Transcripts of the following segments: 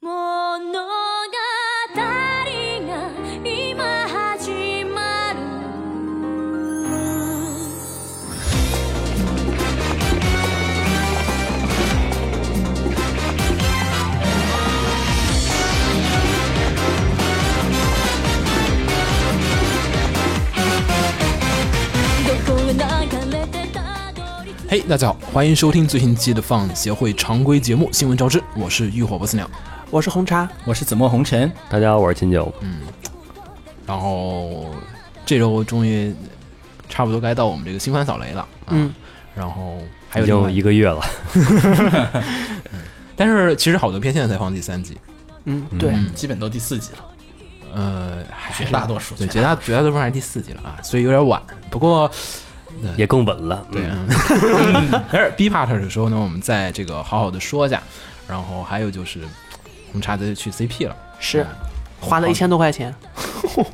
物語が今始まるどこへ流れてたどり着く嘿、大家好，欢迎收听最新期的放协会常规节目《新闻招之》，我是浴火不死鸟。我是红茶，我是紫陌红尘，大家好，我是秦九。嗯然后这周终于差不多该到我们这个新番扫雷了，啊、嗯，然后还已有另外经一个月了，但是其实好多片现在才放第三集，嗯，对，嗯基本都第四集了，呃，还是绝大多数对，绝大绝大多数还是第四集了啊，所以有点晚。不过也更稳了。对，嗯有点逼 part 的时候呢，我们再这个好好的说一下。然后还有就是红茶得去 CP 了，哦是花嗯了一千多块钱，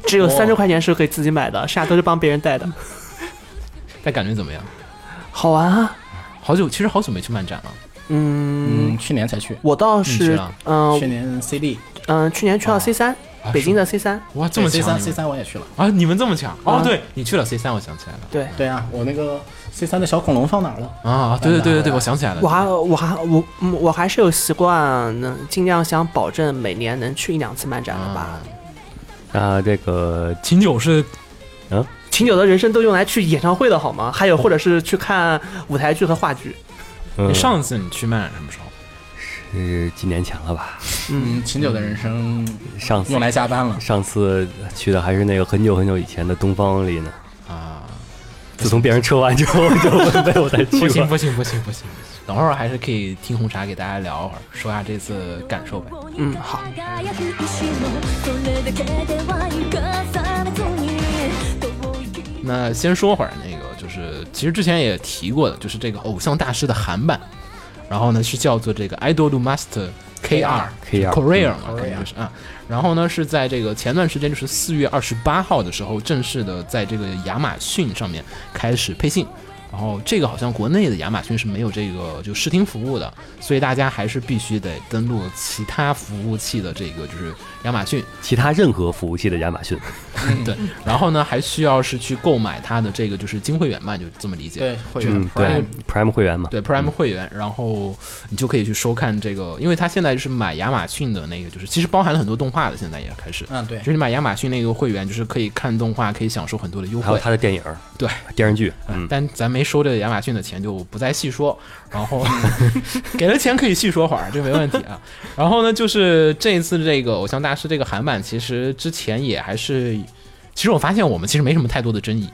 只有三十块钱是可以自己买的，剩下都是帮别人带的，但感觉怎么样？好玩啊。好久，其实好久没去漫展了。嗯，嗯，去年才去，我倒你去是了，嗯去年 CD 嗯，去年去了 C 三，啊北京的 C 三，哇，这么 C 强三你 C 们三我也去了，啊！你们这么强哦啊？对你去了 C 三，我想起来了对，对啊，我那个 C 三的小恐龙放哪儿了？啊！对对对对对，嗯我想起来了。我还我还我嗯我还是有习惯，能尽量想保证每年能去一两次漫展了吧啊。，那啊这个秦九是秦九的人生都用来去演唱会了好吗？还有或者是去看舞台剧和话剧。嗯上次你去漫展什么时候？是呃几年前了吧？嗯，秦九的人生上次用来加班了，上次去的还是那个很久很久以前的东方里呢。啊，自从变成车完之后，就没有再去 不行过。不行不行不行，等会儿还是可以听红茶给大家聊会儿，说下这次感受呗。嗯好輝く石もそれだけでは生かされずに遠い記那先说会儿那个，就是其实之前也提过的，就是这个偶像大师的韩版，然后呢是叫做这个 Idol Master KR KR Korea 嘛，嗯肯 Korea 定是啊。然后呢是在这个前段时间，就是四月二十八号的时候，正式的在这个亚马逊上面开始配信。然后这个好像国内的亚马逊是没有这个就视听服务的，所以大家还是必须得登录其他服务器的这个就是亚马逊，其他任何服务器的亚马逊，嗯对，然后呢，还需要是去购买它的这个就是金会员吧，就这么理解。对，会员嗯，对 Prime， ，Prime 会员嘛，啊对 Prime 会员，然后你就可以去收看这个，因为它现在就是买亚马逊的那个，就是其实包含了很多动画的，现在也开始。嗯对就是，你买亚马逊那个会员，就是可以看动画，可以享受很多的优还有惠。他的电影，对，电视剧， 嗯，但咱没收这亚马逊的钱，就不再细说。然 后给了钱可以细说会儿，这没问题啊。然后呢，就是这一次这个《偶像大师》这个韩版，其实之前也还是，其实我发现我们其实没什么太多的争议，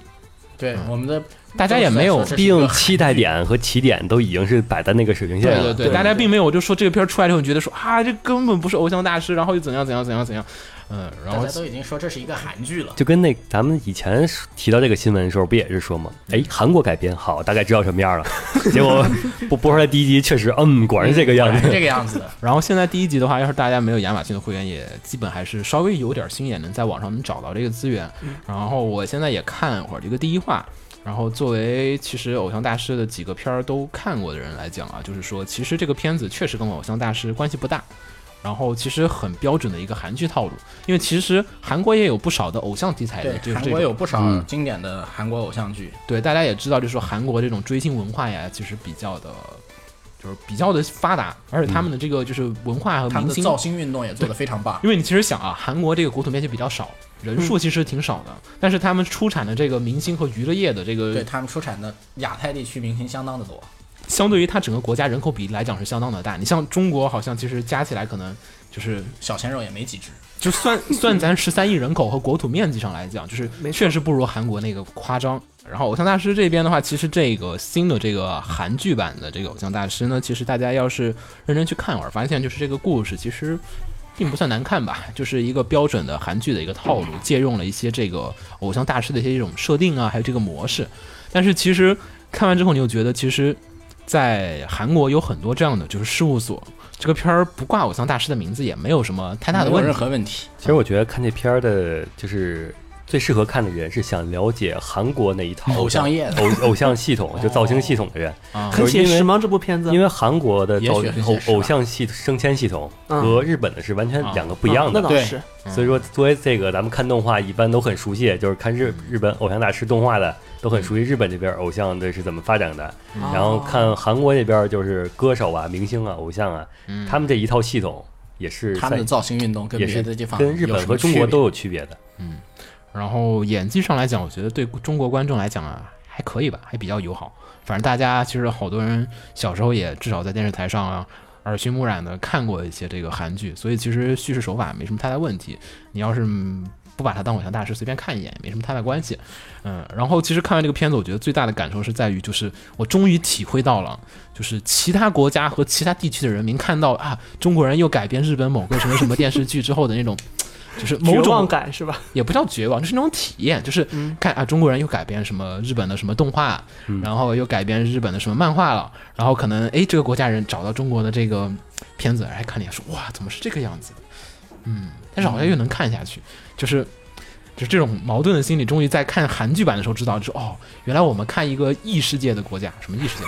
对，嗯我们的大家也没有都是在说这是一并个期待点和起点都已经是摆在那个水平线对上了。对对，大家并没有就说这个片儿出来之后，你觉得说啊，这根本不是偶像大师，然后又怎样怎样怎样怎样，嗯，然后大家都已经说这是一个韩 剧了，就跟那咱们以前提到这个新闻的时候，不也是说吗？嗯哎，韩国改编好，大概知道什么样了。结果 播播出来第一集，确实，嗯，果然是这个样还是这子。个样子的，然后现在第一集的话，要是大家没有亚马逊的会员，也基本还是稍微有点心眼，能在网上能找到这个资源。然后我现在也看会儿这个第一话。然后作为其实偶像大师的几个片儿都看过的人来讲啊，就是说其实这个片子确实跟偶像大师关系不大。然后其实很标准的一个韩剧套路，因为其实韩国也有不少的偶像题材的，哎就对，是韩这国有种不少嗯经典的韩国偶像剧，对，大家也知道，就是说韩国这种追星文化呀，就是比较的，就是比较的发达，而且他们的这个就是文化和嗯他呃明们的星，造星运动也做得非常棒，因为你其实想啊，韩国这个国土面积比较少，人嗯数其实挺少的，但是他们出产的这个明星和娱乐业的这对个，他们出产的亚太地区明星相当的多，相对于它整个国家人口比例来讲是相当的大。你像中国，好像其实加起来可能就是小鲜肉也没几只，就 算算咱十三亿人口和国土面积上来讲，就是没错确实不如韩国那个夸张。然后《偶像大师》这边的话，其实这个新的这个韩剧版的这个《偶像大师》呢，其实大家要是认真去看会儿，发现就是这个故事其实并不算难看吧， 就是一个标准的韩剧的一个套嗯路，借用了一些这个偶像大师的一些这种设定啊，还有这个模式。但是其实看完之后，你就觉得其实，在韩国有很多这样的就是事务所，这个片儿不挂偶像大师的名字也没有什么太大的没有问任题。何问题。其实我觉得看这片儿的，就是最适合看的人是想了解韩国那一套偶像业的偶偶像系 统，就造型系统的人，啊就很是因写为实吗？这部片子因为韩国的哦也造许是偶是吧偶像系升迁系统嗯和日本的是完全啊两个不一样嗯那的，倒是，所以说作为这个咱们看动画一般都很熟悉，就是看日日本偶像大师动画的都很熟悉日本这边偶像的是怎么发展的，嗯然后哦看韩国那边就是歌手啊、明星啊、偶像啊，嗯他们这一套系统也是他们的在造型运动跟也别是的地方跟日有本什和么中区国别都有区别的。然后演技上来讲，我觉得对中国观众来讲啊，还可以吧，还比较友好。反正大家其实好多人小时候也至少在电视台上啊耳濡目染的看过一些这个韩剧，所以其实叙事手法没什么太大问题。你要是嗯不把它当偶像大师随便看一眼，也没什么太大关系。嗯，然后其实看完这个片子，我觉得最大的感受是在于，就是我终于体会到了，就是其他国家和其他地区的人民看到啊，中国人又改编日本某个什么什么电视剧之后的那种，就是某绝种望感是吧？也不叫绝望，就是那种体验，就是看啊，中国人又改编什么日本的什么动画，然后又改编日本的什么漫画了，然后可能哎，这个国家人找到中国的这个片子，哎，看了一眼说哇，怎么是这个样子？嗯，但是好像又能看下去，就是。就是这种矛盾的心理，终于在看韩剧版的时候知道，就是哦，原来我们看一个异世界的国家，什么异世界，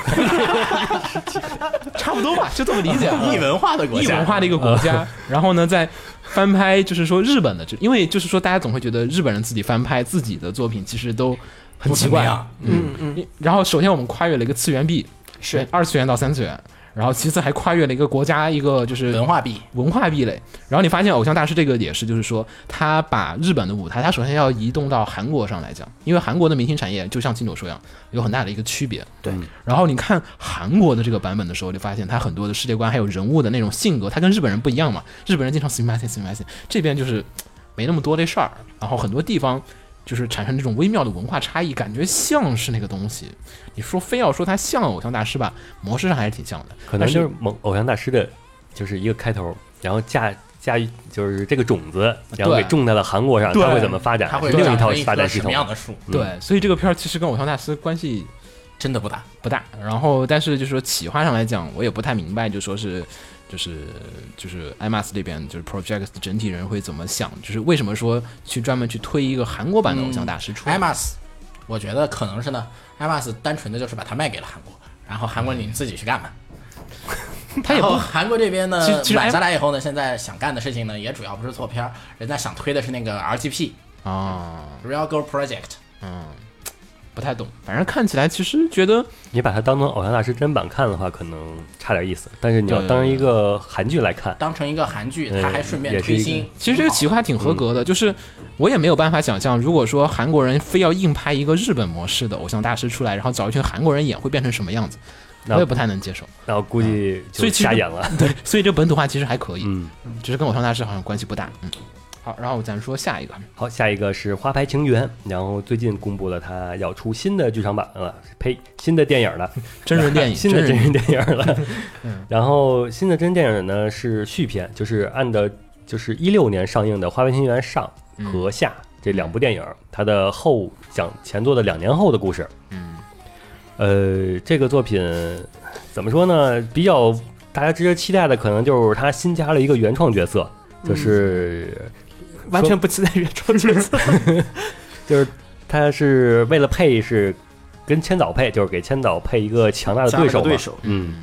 差不多吧，就这么理解 啊。异文化的国异家，嗯文化的一个国 家，然后呢，再翻拍，就是说日本的，就因为就是说大家总会觉得日本人自己翻拍自己的作品，其实都很不奇怎么怪。样。嗯嗯，然后首先我们跨越了一个次元壁，是二次元到三次元，然后其次还跨越了一个国家一个就是文化币，文化壁垒。然后你发现《偶像大师》这个也是，就是说他把日本的舞台，他首先要移动到韩国上来讲，因为韩国的明星产业就像金九说一样，有很大的一个区别。对。然后你看韩国的这个版本的时候，你发现他很多的世界观还有人物的那种性格，他跟日本人不一样嘛。日本人经常 s m a s i s m a s i 这边就是嘖没那么多这事儿，然后很多地方。就是产生这种微妙的文化差异，感觉像是那个东西。你说非要说它像偶像大师吧，模式上还是挺像的。可能但是就是某偶像大师的，就是一个开头，然后嫁嫁一就是这个种子，然后对给种在了韩国上，对它会怎么发展？它会是另一长套成一发棵展系什么统。样的树？嗯对，所以这个片儿其实跟偶像大师关系真的不大。不大。然后，但是就说企划上来讲，我也不太明白，就说是就是就是 IMAX 这边就是 Project 整体人会怎么想，就是为什么说去专门去推一个韩国版的偶像大师出来？嗯 IMAX，我觉得可能是呢，IMAX 单纯的就是把它卖给了韩国，然后韩国嗯你自己去干吧。 他也然后不韩国这边呢其实其，实买 I- 下来以后呢，现在想干的事情呢，也主要不是做片儿，人家想推的是那个 RGP 啊， Real Girl Project。不太懂。反正看起来其实觉得你把它当成偶像大师真版看的话，可能差点意思。但是你要对当一个韩剧来看，当成一个韩剧，嗯它还顺便也是一推个新。其实这个企划挺合格的，就是我也没有办法想象，如果说韩国人非要硬拍一个日本模式的偶像大师出来，然后找一群韩国人演，会变成什么样子？那我也不太能接受。 那我估计所就以其实瞎演了。对，所以这本土化其实还可以。嗯，只是跟偶像大师好像关系不大。嗯，好，然后咱们说下一个，好，下一个是《花牌情缘》，然后最近公布了它要出新的剧场版了，呸，新的电影了。真 人电影，新的真人人电嗯影了。 然后新的真人电影呢是续篇，就是按的就是一六年上映的《花边新园上》和《下》这两部电影，它的后讲前作的两年后的故事。嗯，呃，这个作品怎么说呢？比较大家值得期待的，可能就是它新加了一个原创角色，就是、完全不期待原创角色。就是他是为了配是跟千岛配，就是给千岛配一个强大的对手嘛。对手，嗯，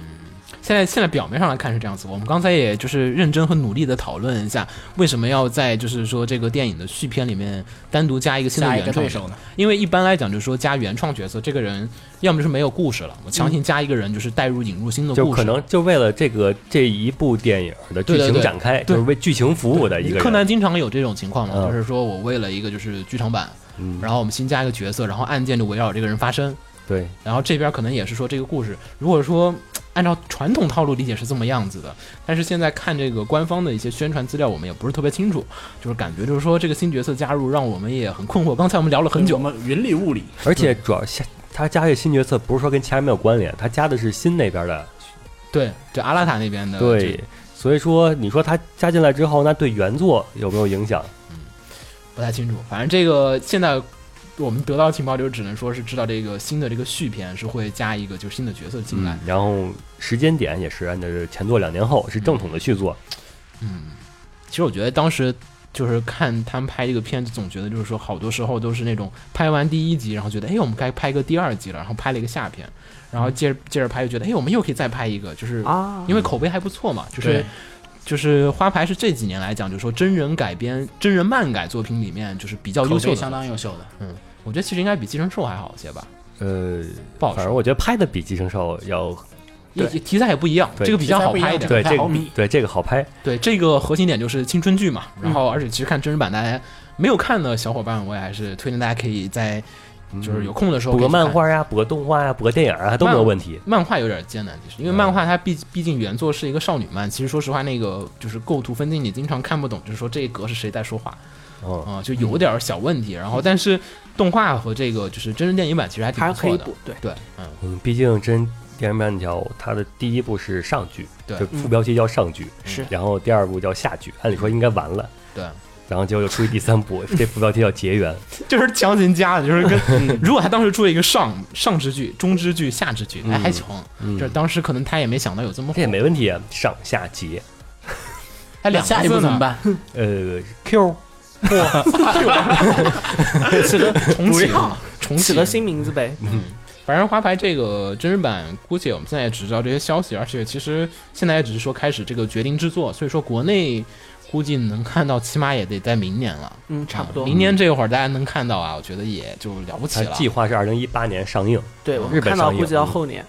现在现在表面上来看是这样子，我们刚才也就是认真和努力的讨论一下，为什么要在就是说这个电影的续篇里面单独加一个新的下一原个创对手呢？因为一般来讲就是说加原创角色，这个人要么就是没有故事了，我强行加一个人就是带入引入新的故事，嗯就可能就为了这个这一部电影的剧对对情对展开，就对是为剧情服务的一个人。柯南经常有这种情况嘛，嗯就是说我为了一个就是剧场版，嗯然后我们新加一个角色，然后案件就围绕这个人发生，对，然后这边可能也是说这个故事，如果说按照传统套路理解是这么样子的，但是现在看这个官方的一些宣传资料，我们也不是特别清楚，就是感觉就是说这个新角色加入让我们也很困惑。刚才我们聊了很久嗯我，们云里雾里，而且主要下他加这新角色不是说跟其他人没有关联，他加的是新那边的，嗯对，就阿拉塔那边的这对，所以说，你说他加进来之后，那对原作有没有影响？不太清楚。反正这个现在我们得到的情报就只能说是知道这个新的这个续篇是会加一个就新的角色进来。然后时间点也是按照前作两年后是正统的续作，其实我觉得当时就是看他们拍这个片子，总觉得就是说好多时候都是那种拍完第一集，然后觉得哎我们该拍个第二集了，然后拍了一个下篇，然嗯后接着接着拍又觉得哎我们又可以再拍一个，就是啊，因为口碑还不错嘛，就是对。就是花牌是这几年来讲，就是说真人改编、真人漫改作品里面，就是比较优口秀的。碑相当优秀的。我觉得其实应该比《寄生兽》还好一些吧，呃，不嗯好反正说。我觉得拍的比《寄生兽》要也也题材也不一样，对这个比较好拍一题材点对这不。一样太好个比对这个好拍，对，这个核心点就是青春剧嘛。然嗯后，而且其实看真人版，大家没有看的小伙伴，我也还是推荐大家可以在就是有空的时候嗯补可个以去看漫。画呀，补个动画呀，补个电影啊都没有问题。漫画有点艰难，其实因为嗯漫画它毕毕竟原作是一个少女漫，其实说实话，那个就是构图分镜你经常看不懂，就是说这一格是谁在说话嗯，啊、就有点小问题。然后，但是动画和这个就是真人电影版其实还挺还不可错以的补。对，对，嗯，嗯毕竟真电影版条，它的第一部是上剧，对就嗯副标题叫上剧，是然后第二部叫下剧，按理说应该完了， 对。然后结果又出一第三部，这副标题叫结缘，就是强行加的，就是嗯跟如果他当时出了一个上上之剧、中之剧、下之剧，哎，嗯还行。嗯就是当时可能他也没想到有这么火这也没问题啊，上下结，哎，两下一步次怎么？办？呃，Q 起了重启，重启起了新。名字呗。反正花牌这个真人版，估计我们现在也只知道这些消息，而且其实现在也只是说开始这个决定制作，所以说国内估计能看到，起码也得在明年了。嗯，差啊不多。明年这会儿大家能看到啊，我觉得也就了不起它了。计划是二零一八年上映，对我日本看到上映估计要后年。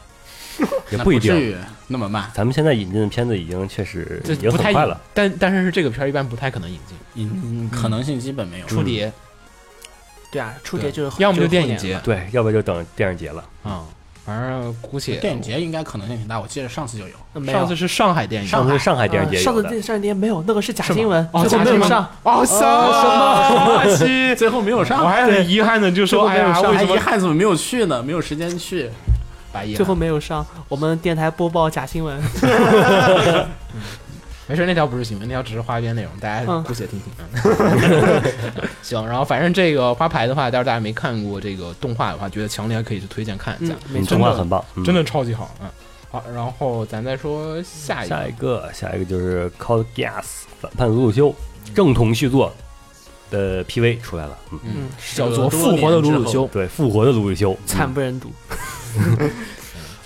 也那不一至定。于那么慢，咱们现在引进的片子已经确实这已经不很太快了，，但但是这个片儿一般不太可能引进嗯，可能性基本没有。出碟，对啊，出节就是要么就电影节。节啊、对，要不然就等电影节了。反正估计电影节应该可能性挺大，我记得上次就有。嗯没有上次是上海电影节，上次上海电影节呃有上的，次上一年没有，那个是假是吗新闻，哦，最假后没新有闻上。，哦，什么 可惜，最后没有上我还很遗憾的就说，哎呀，为还什遗么憾怎么没有去呢？没有时间去。白遗最后憾？没有上，我们电台播报假 新闻。没事，那条不是新闻，那条只是花边内容，大家嗯姑且听听。嗯嗯 行，然后反正这个花牌的话，要是大家没看过这个动画的话，觉得强烈可以去推荐看一下嗯，，没嗯，错动，画很棒，嗯真的超级好。嗯，好，然后咱再说下一下一个，个，下一个就是 Code Geass 反叛鲁鲁修正统续作的 PV 出来了，嗯，嗯，叫做《复活的鲁鲁修》。对，复活的鲁鲁修，惨不忍睹。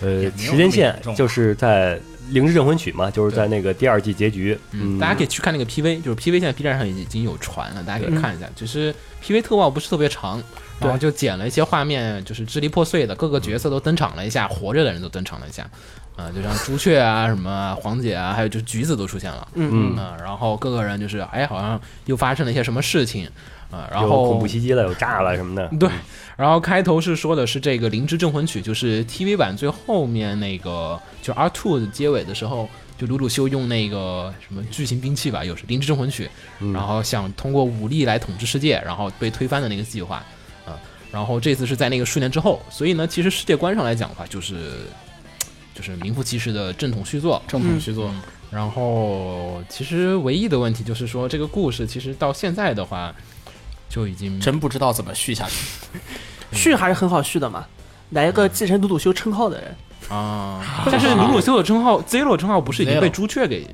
呃也没有，时间那么线严重啊就是在《灵之镇魂曲》嘛，就是在那个第二季结局，嗯，嗯，大家可以去看那个 PV，就是 PV 现在 B 站上已经有传了，大家可以嗯看一下。只是 PV 特报不是特别长，然后就剪了一些画面，就是支离破碎的，各个角色都登场了一下，活着的人都登场了一下，啊、就像朱雀啊、什么啊黄姐啊，还有就是橘子都出现了，嗯嗯、然后各个人就是哎，好像又发生了一些什么事情，啊、然有后恐怖袭击了，有炸了什么的，对，然后开头是说的是这个《灵芝镇魂曲》，就是 TV 版最后面那个，就 R two 结尾的时候，就鲁鲁修用那个什么巨型兵器吧，又是《灵芝镇魂曲》，嗯然后想通过武力来统治世界，然后被推翻的那个计划，啊、然后这次是在那个数年之后，所以呢，其实世界观上来讲的话，就是就是名副其实的正统续作，嗯正统续作，然后其实唯一的问题就是说，这个故事其实到现在的话，就已经真不知道怎么续下去。续还是很好续的嘛，来一个继承鲁鲁修称号的人，啊！但是鲁鲁修的称号 Zero 称号不是已经被朱雀给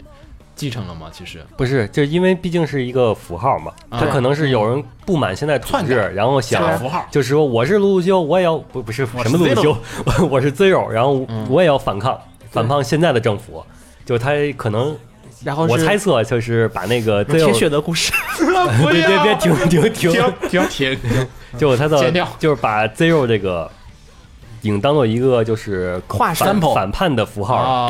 继承了吗？其实不是，就是因为毕竟是一个符号嘛，啊他可能是有人不满现在统治，篡然后加想符号就是说我是鲁鲁修，我也要不不是我什是么鲁鲁 Zero 修， 我我是 Zero，然后嗯我也要反抗，反抗现在的政府，就他可能然后我猜哦是测就是把那个铁 Zero 血啊的故事， 别别别停停停， 停停，就我猜测剪掉就是把 Zero 这个影当做一个就是化反身反叛的符号，啊，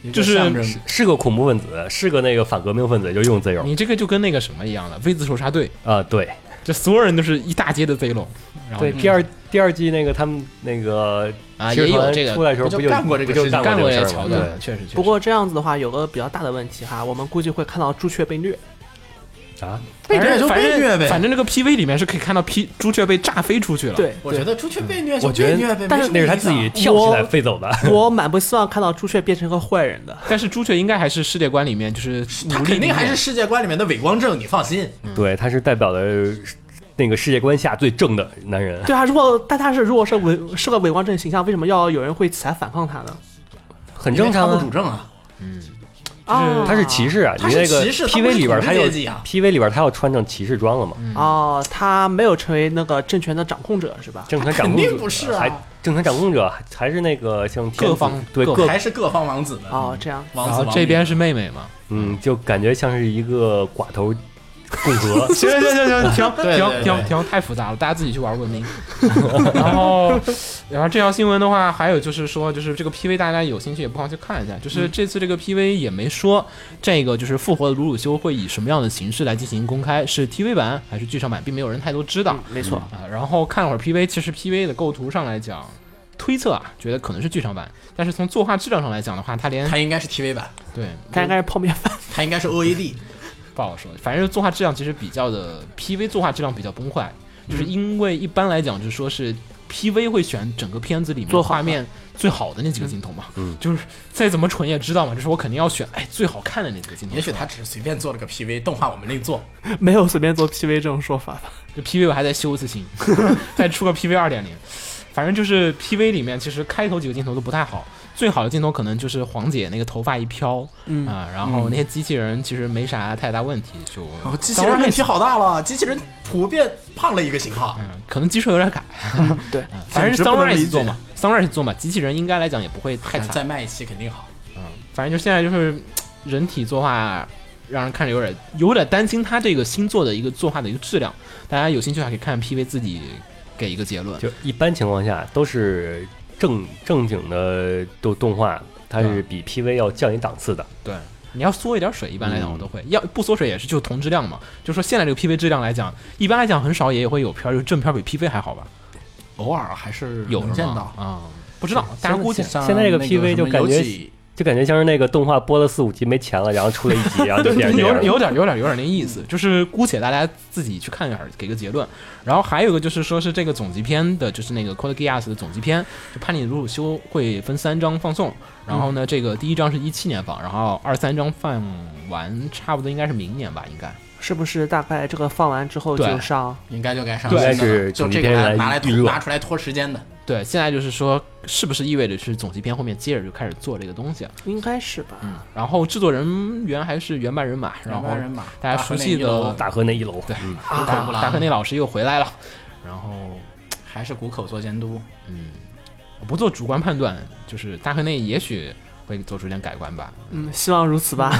对就是一个象征是个恐怖分子，是个那个反革命分子，就用 Zero 你这个就跟那个什么一样的 V 字仇杀队，啊，对。这所有人都是一大街的 Zero，然后哦嗯对，第二第二季那个他们那个啊骑士也有团这出个来的时候不就不就干过这个不就事干情干过过这个个事儿桥吗？段，对，确实确实。不过这样子的话，有个比较大的问题哈，我们估计会看到朱雀被虐，啊，被虐就反被虐正呗。反正这个 PV 里面是可以看到 P 朱雀被炸飞出去了。对，我觉得朱雀被虐就我觉被得虐呗，但没是那是什么啊他影自己响跳起来飞走的。我蛮不希望看到朱雀变成个坏人的。但是朱雀应该还是世界观里面就是他努力肯定里还是面世界观里面的伪光正，你放心。嗯对，他是代表了那个世界观下最正的男人。对啊，如果但他是如果是伪是个伪光正形象，为什么要有人会起来反抗他呢？很正常因为他啊不主。政啊，啊，他是骑士啊，他你是那个骑士他 PV 不是里边统治他有阶级啊 PV 里边他要穿上骑士装了嘛？嗯哦，他没有成为那个政权的掌控者是吧？政权掌控肯定不是啊还政权掌控者啊还是那个像天子各方对各各还是各方王子们，哦，这样子，王然子后王这边女是妹妹嘛？嗯，就感觉像是一个寡头共和。 行行行行，停对停对停停，太复杂了，大家自己去玩文明。然后，然后这条新闻的话，还有就是说，就是这个 PV 大家有兴趣也不妨去看一下。嗯就是这次这个 PV 也没说这个就是复活的鲁鲁修会以什么样的形式来进行公开，是 TV 版还是剧场版，并没有人太多知道。没错，嗯啊，然后看了会儿 PV，其实 PV 的构图上来讲，推测啊，觉得可能是剧场版，但是从作画质量上来讲的话，它连他应该是 TV 版，对他应该是泡面饭。他应该是 OAD，不好说，反正作画质量其实比较的 PV 作画质量比较崩坏，嗯就是因为一般来讲，就说是 PV 会选整个片子里面做好画面最好的那几个镜头嘛，嗯，就是再怎么蠢也知道嘛，就是我肯定要选哎最好看的那几个镜头，也许他只是随便做了个 PV 动画，我们另做。没有随便做 PV 这种说法吧？这 PV 我还在修一次 新，再出个 PV 二点零。反正就是 PV 里面，其实开头几个镜头都不太好，最好的镜头可能就是黄姐那个头发一飘，嗯啊、然后那些机器人其实没啥太大问题，就哦，机器人问题当然好大了，机器人普遍胖了一个型号，嗯，可能基础有点改，嗯对，反正简直是不能理 Sunrise 解嗯做嘛，Sunrise 做嘛，机器人应该来讲也不会太惨，再卖一期肯定好。反正就现在就是嘖人体作画，让人看着有点有点担心他这个新做的一个作画的一个质量，大家有兴趣的话可以看 PV 自己给一个结论。就一般情况下都是正正经的动动画，它嗯是比 PV 要降一档次的。对，你要缩一点水，一般来讲嗯我都会，要不缩水也是就同质量嘛。就说现在这个 PV 质量来讲，一般来讲很少也会有片儿，就正片儿比 PV 还好吧？偶尔还是有能的见吗到，啊、不知道，现大家在估计现像现在这个那 PV 就什么感觉尤其就感觉像是那个动画播了四五集没钱了，然后出了一集，然后就变成这样有了。有点有点有点那意思，就是姑且大家自己去看一下，给个结论。然后还有一个就是说是这个总集篇的，就是那个《Code Geass》的总集篇，就《叛逆鲁鲁修》会分三章放送。然嗯后呢，这个第一章是一七年放，然后二三章放完差不多应该是明年吧，应该。是不是大概这个放完之后对就上？应该就该上对新的了应该是就总这监个拿拿来来预热拿出来拖时间的，对，现在就是说，是不是意味着是总集篇后面接着就开始做这个东西了？应该是吧？然后制作人员还是原班人马，然后嗯原班人马啊大家熟悉大河内一的楼大河那一楼，对嗯大大木大狼坑内老师又回来了，然后还是谷口做监啊督，我不做主观判断，就是大坑内也许会做出一点改观吧。嗯，希望如此吧。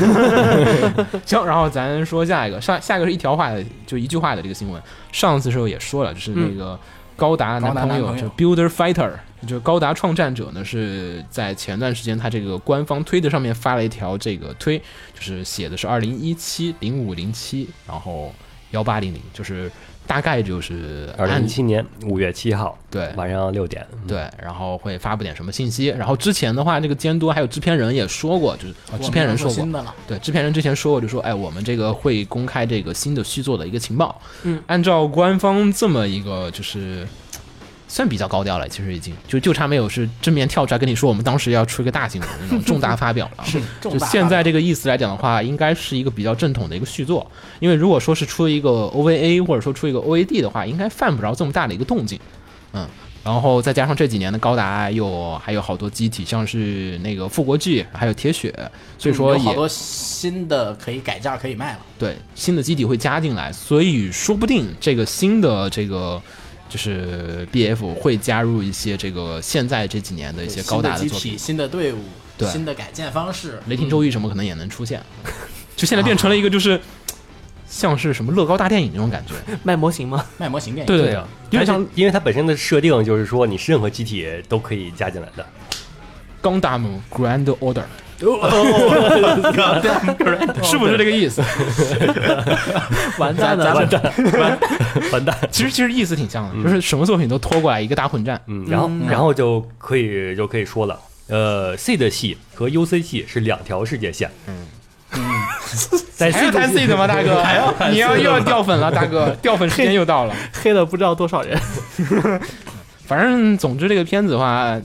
行，然后咱说下一个，上下一个是一条话的，就一句话的这个新闻。上次时候也说了，就是那个高达男嗯高达男朋友，朋友就 Builder Fighter，就是高达创战者呢，是在前段时间他这个官方推特上面发了一条这个推，就是写的是二零一七零五零七，然后幺八零零，就是大概就是二零按一七年五月七号，对晚上六点，嗯对，然后会发布点什么信息。然后之前的话，这个监督还有制片人也说过，就是、哦、制片人说我们过要做新，的了，对，制片人之前说过，就说，哎，我们这个会公开这个新的续作的一个情报。嗯，按照官方这么一个，就是算比较高调了，其实已经就就差没有是正面跳出来跟你说，我们当时要出一个大新闻那种重大发表 了。 是，重就大现发在这个意思来讲的话，应该是一个比较正统的一个续作，因为如果说是出一个 OVA 或者说出一个 OAD 的话，应该犯不着这么大的一个动静。嗯，然后再加上这几年的高达又还有好多机体，像是那个复国 G，还有铁血，所以说嗯有好也多新的可以改价可以卖了，对新的机体会加进来，所以说不定这个新的这个就是 BF 会加入一些这个现在这几年的一些高达的新的作机体、品，新的队伍、对新的改建方式，雷霆周瑜什么可能也能出现，就现在变成了一个就是像是什么乐高大电影那种感觉，卖模型吗？卖模型店。对对呀呀，，有点它是像因为它本身的设定就是说你是任何机体都可以加进来的。 Gundam Grand Order。是不是这个意思？完蛋了，完蛋， 完完蛋。其实其实意思挺像的，就是什么作品都拖过来一个大混战。嗯，然后然后就可以就可以说了，呃，C 的系和 UC 系是两条世界线。嗯，在还要谈自己的吗，大哥？你要又要掉粉了，大哥，掉粉时间又到了。 黑了不知道多少人。反正总之这个片子的话，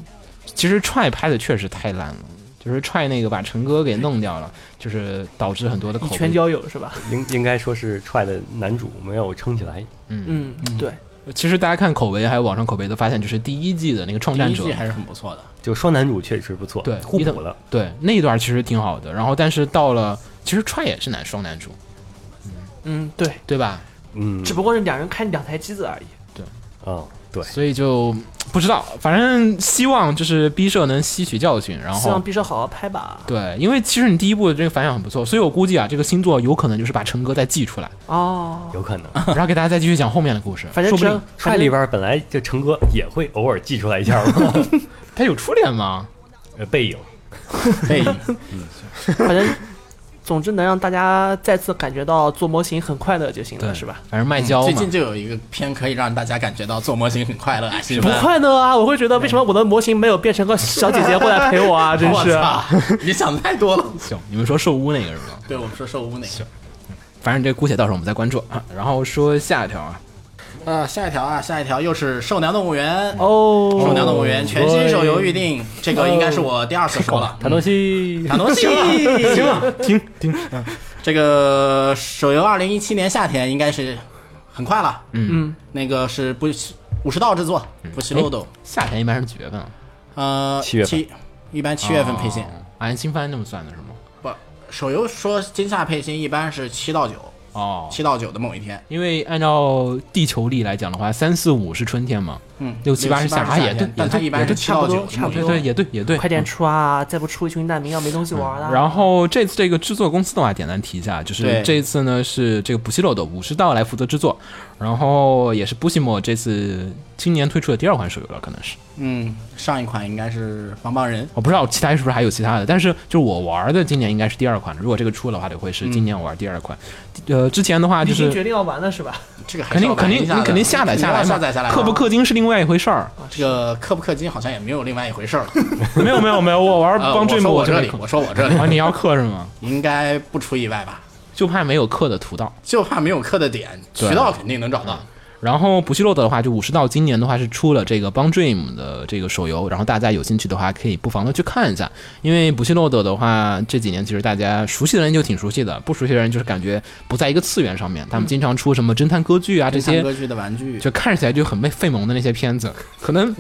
其实踹拍的确实太烂了。就是踹那个把陈哥给弄掉了，就是导致很多的口一碑圈交友是吧？应应该说是踹的男主没有撑起来，嗯，嗯，对，其实大家看口碑还有网上口碑都发现，就是第一季的那个创第战一者季，还是很不错的。就双男主确实不错，对互一等补了。对那一段其实挺好的。然后但是到了，其实踹也是男双男主，嗯对，对吧？嗯，只不过是两人开两台机子而已。啊，对，所以就不知道，反正希望就是 B 社能吸取教训，然希望后。毕设好好拍吧。对，因为其实你第一部的这个反响很不错，所以我估计啊，这个星座有可能就是把陈哥再寄出来，哦，有可能。然后给大家再继续讲后面的故事。反正说不只定要踹反里正边儿本来这成哥也会偶尔寄出来一下嘛，他有初恋吗？呃背影。对， 反正，总之能让大家再次感觉到做模型很快乐就行对，了，是吧？？反正卖胶嗯最嘛近，就有一个片可以让大家感觉到做模型很快乐啊，兴不奋。快乐啊！我会觉得为什么我的模型没有变成个小姐姐过来陪 我啊？真我是，操，你想太多了。行，你们说兽屋那个是吗？对我们说兽屋那个，反正这姑且到时候我们再关注啊。然后说下一条啊，呃，下一条啊，下一条又是兽娘动物园。哦，兽娘动物园全新手游预定，这个应该是我第二次说了。谭东西，打东西，行了，停停， 这个手游二零一七年夏天应该是很快了。嗯，那个是不武士道制作，不是漏斗。夏天一般是几月份啊？呃，七月份一般七月份配信。哦按新番这么算的是吗？不，手游说今夏配信一般是七到九，哦，七到九的某一天。因为按照地球历来讲的话，三四五是春天嘛，嗯，六七八是是夏夏天也对但它一般是七到九的差某不一多对对天。也对也对，嗯快点出啊！再不出，一群难民要没东西玩了。然后这次这个制作公司的话，简单提一下，就是啊对这次呢是这个补习漏斗武士道来负责制作，然后也是布西莫这次今年推出的第二款手游了，可能是嗯，上一款应该是帮帮人。我不知道其他是不是还有其他的，但是就是我玩的今年应该是第二款，如果这个出的话，就会是今年我玩第二款。呃，之前的话你就已经是决定要玩了是吧？这个还肯是定要肯定玩一下的你肯定下载下来你嘛，要下载下来。啊氪不？氪金是另外一回事儿。这个氪不氪金好像也没有另外一回事儿了。 没有没有没有，我玩呃帮我追说魔我这这个里， 氪我说我这 里啊，你要氪是吗？应该不出意外吧？就怕没有氪的图到。就怕没有氪的点，对啊渠道肯定能找到。然后不去漏斗的话，就武士道今年的话是出了这个帮 Dream 的这个手游，然后大家有兴趣的话可以不妨的去看一下，因为不去漏斗的话这几年其实大家熟悉的人就挺熟悉的，不熟悉的人就是感觉不在一个次元上面，他们经常出什么嗯侦探歌剧啊这侦探些，歌剧的玩具，就看起来就很被费萌的那些片子，可能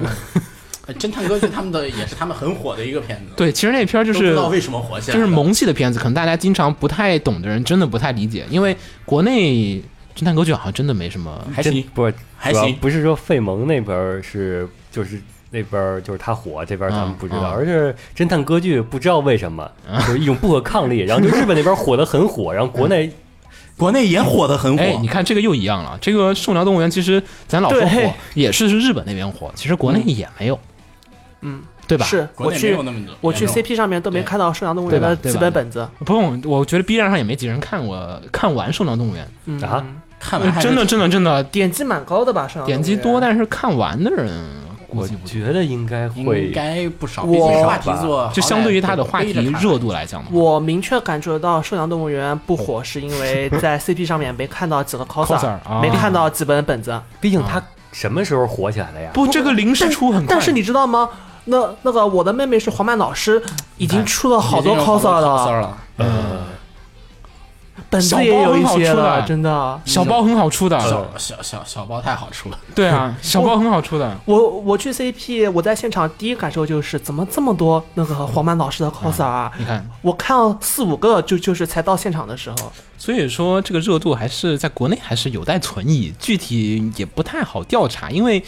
呃侦探歌剧他们的也是他们很火的一个片子，对，其实那片儿就都不是知道为什么火起来就了，是萌系的片子，可能大家经常不太懂的人真的不太理解，因为国内侦探歌剧好像真的没什么。还真行不是还主要行。不是说费蒙那边儿是就是那边儿就是他火，这边儿咱们不知道，嗯嗯而是侦探歌剧不知道为什么、就是一种不可抗力，然后就日本那边儿火的很火，然后国内国内也火的嗯很哎，你看这个又一样了。这个兽娘动物园其实咱老说对火，也是日本那边火，其实国内也没有，嗯，对吧？是国我内没去有那么多。我去严重 CP 上面都没对看到《圣阳动物园》对吧的对吧几本本子。不用，我觉得 B 站上也没几人看过看完兽娘动物园，嗯啊，看完还是真的真的真的点击蛮高的吧？《圣阳点击多，的但是看完的人估我计不多。觉得应该会应该不少，我毕竟是话题做，就相对于它的话题好歹得热度来讲的话我明确感觉到《圣阳动物园》不火，是因为在 CP 上面没看 到几个 coser， ，coser 啊，没看到几本本子。毕竟他什么时候火起来的呀？不，这个临时出很快，但是你知道吗？那那个我的妹妹是黄曼老师，哎已经出哦了好多已经有 coser 了， coser 了，呃，本子也有一些小包很好出的了，真的。小包很好出的，小小小小包太好出 了，对啊，小包很好出的，我我去 CP，我在现场第一感受就是怎么这么多那个黄曼老师的 coser 啊！你看，我看了四五个就就是才到现场的时候，所以说，这个热度还是在国内还是有待存疑，具体也不太好调查，因为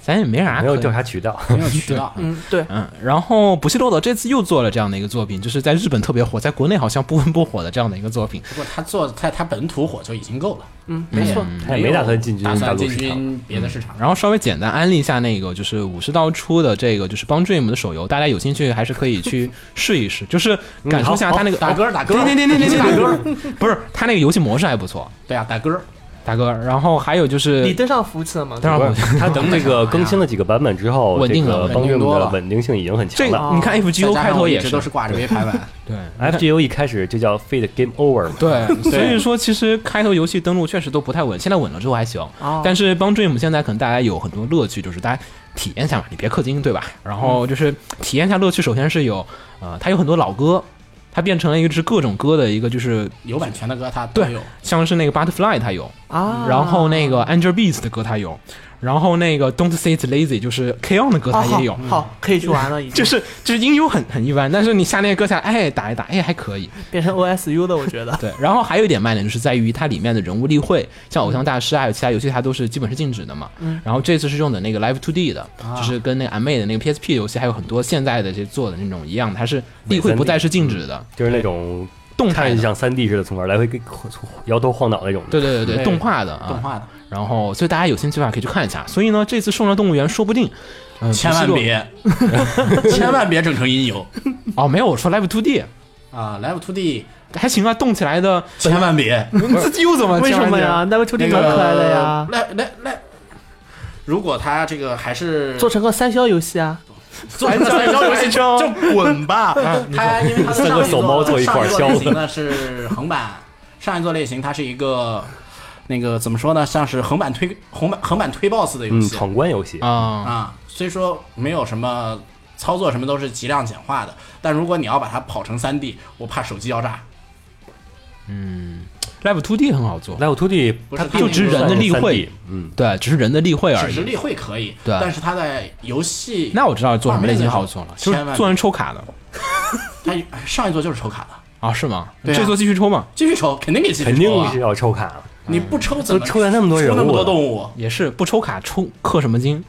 咱也没啥没可有调查渠道，没有渠道。嗯，对，嗯，然后《不系漏斗》这次又做了这样的一个作品，就是在日本特别火，在国内好像不温不火的这样的一个作品。不过他做在他本土火就已经够了，嗯，没错，嗯他也没打算进军打大算陆进市场。军别的市场。然后稍微简单安利一下那个，就是武士刀出的这个就是帮 Dream 的手游，大家有兴趣还是可以去试一试，就是感受一下哦好他那个打歌打歌对对对对对，打歌对，不是他那个游戏模式还不错，对啊，打歌，大哥。然后还有就是你登上服务器了吗？当然我它哦等啊这个更新了几个版本之后，稳定这了个帮稳定用多的了稳定性已经很强这了。个你看 FGO 再加开上我头一也直是都是挂着 V 排版，对 FGO 一开始就叫 Fate Game Over 嘛， 对，所以说其实开头游戏登录确实都不太稳，现在稳了之后还行。哦但是帮 Dream 现在可能大家有很多乐趣，就是大家体验一下嘛，你别氪金对吧？然嗯后就是体验一下乐趣，首先是有呃，它有很多老歌，它变成了一个是各种歌的一个就是。有版权的歌它都对有。，像是那个 Butterfly 它有，啊，然后那个 Angel Beats 的歌它有，然后那个 Don't Say It's Lazy 就是 K On 的歌它哦好也有，嗯好可以去玩了，已经就是就是音优很很一般，但是你下那个歌下来，哎打一打，哎还可以，变成 OSU 的，我觉得对，然后还有一点卖点就是在于它里面的人物例会，像偶像大师啊还有其他游戏，它都是基本是禁止的嘛。嗯然后这次是用的那个 Live 2D 的，啊就是跟那个 M 妹的那个 PSP 游戏，还有很多现在的这做的那种一样，它是例会不再是禁止的，就是那种动态看着的。像三 D 似的，从玩来回跟摇头晃脑那种的。对对对对，对动画的动啊，画的，然后所以大家有兴趣的话可以去看一下。所以呢，这次《兽人动物园》说不定，嗯、千不万是落 别，千万别整成音游哦，没有，我说 Live 2D 啊！Live to D，还行啊，动起来的，千万别。 你自己又怎么为什么这样呀？那位徒弟那蛮个可爱的呀，来来来，如果他这个还是做成个三消游戏啊，做成三消游戏啊就就滚吧。他因为他三个手猫坐一块儿削上一座类型呢是横版，上一座类型它是一个那个怎么说呢，像是横版推横版横版推 BOSS 的游嗯，戏闯关游戏啊？啊，虽说没有什么操作什么都是极量简化的，但如果你要把它跑成三 D，我怕手机要炸。 Live 2D 很好做， ，Live 2D 不是它它就只是人的例会，，嗯，对，只是人的例会啊而只已是。例会可以，对但是它在游戏那我知道做什么类型好做了，就是千万做成抽卡的它上一座就是抽卡的，啊，是吗？对啊这座继续抽嘛，继续抽肯定给继续肯抽定啊是！要抽卡了。你不抽怎都么抽来那么多人出那么物多了，动物，也是不抽卡抽氪什么金，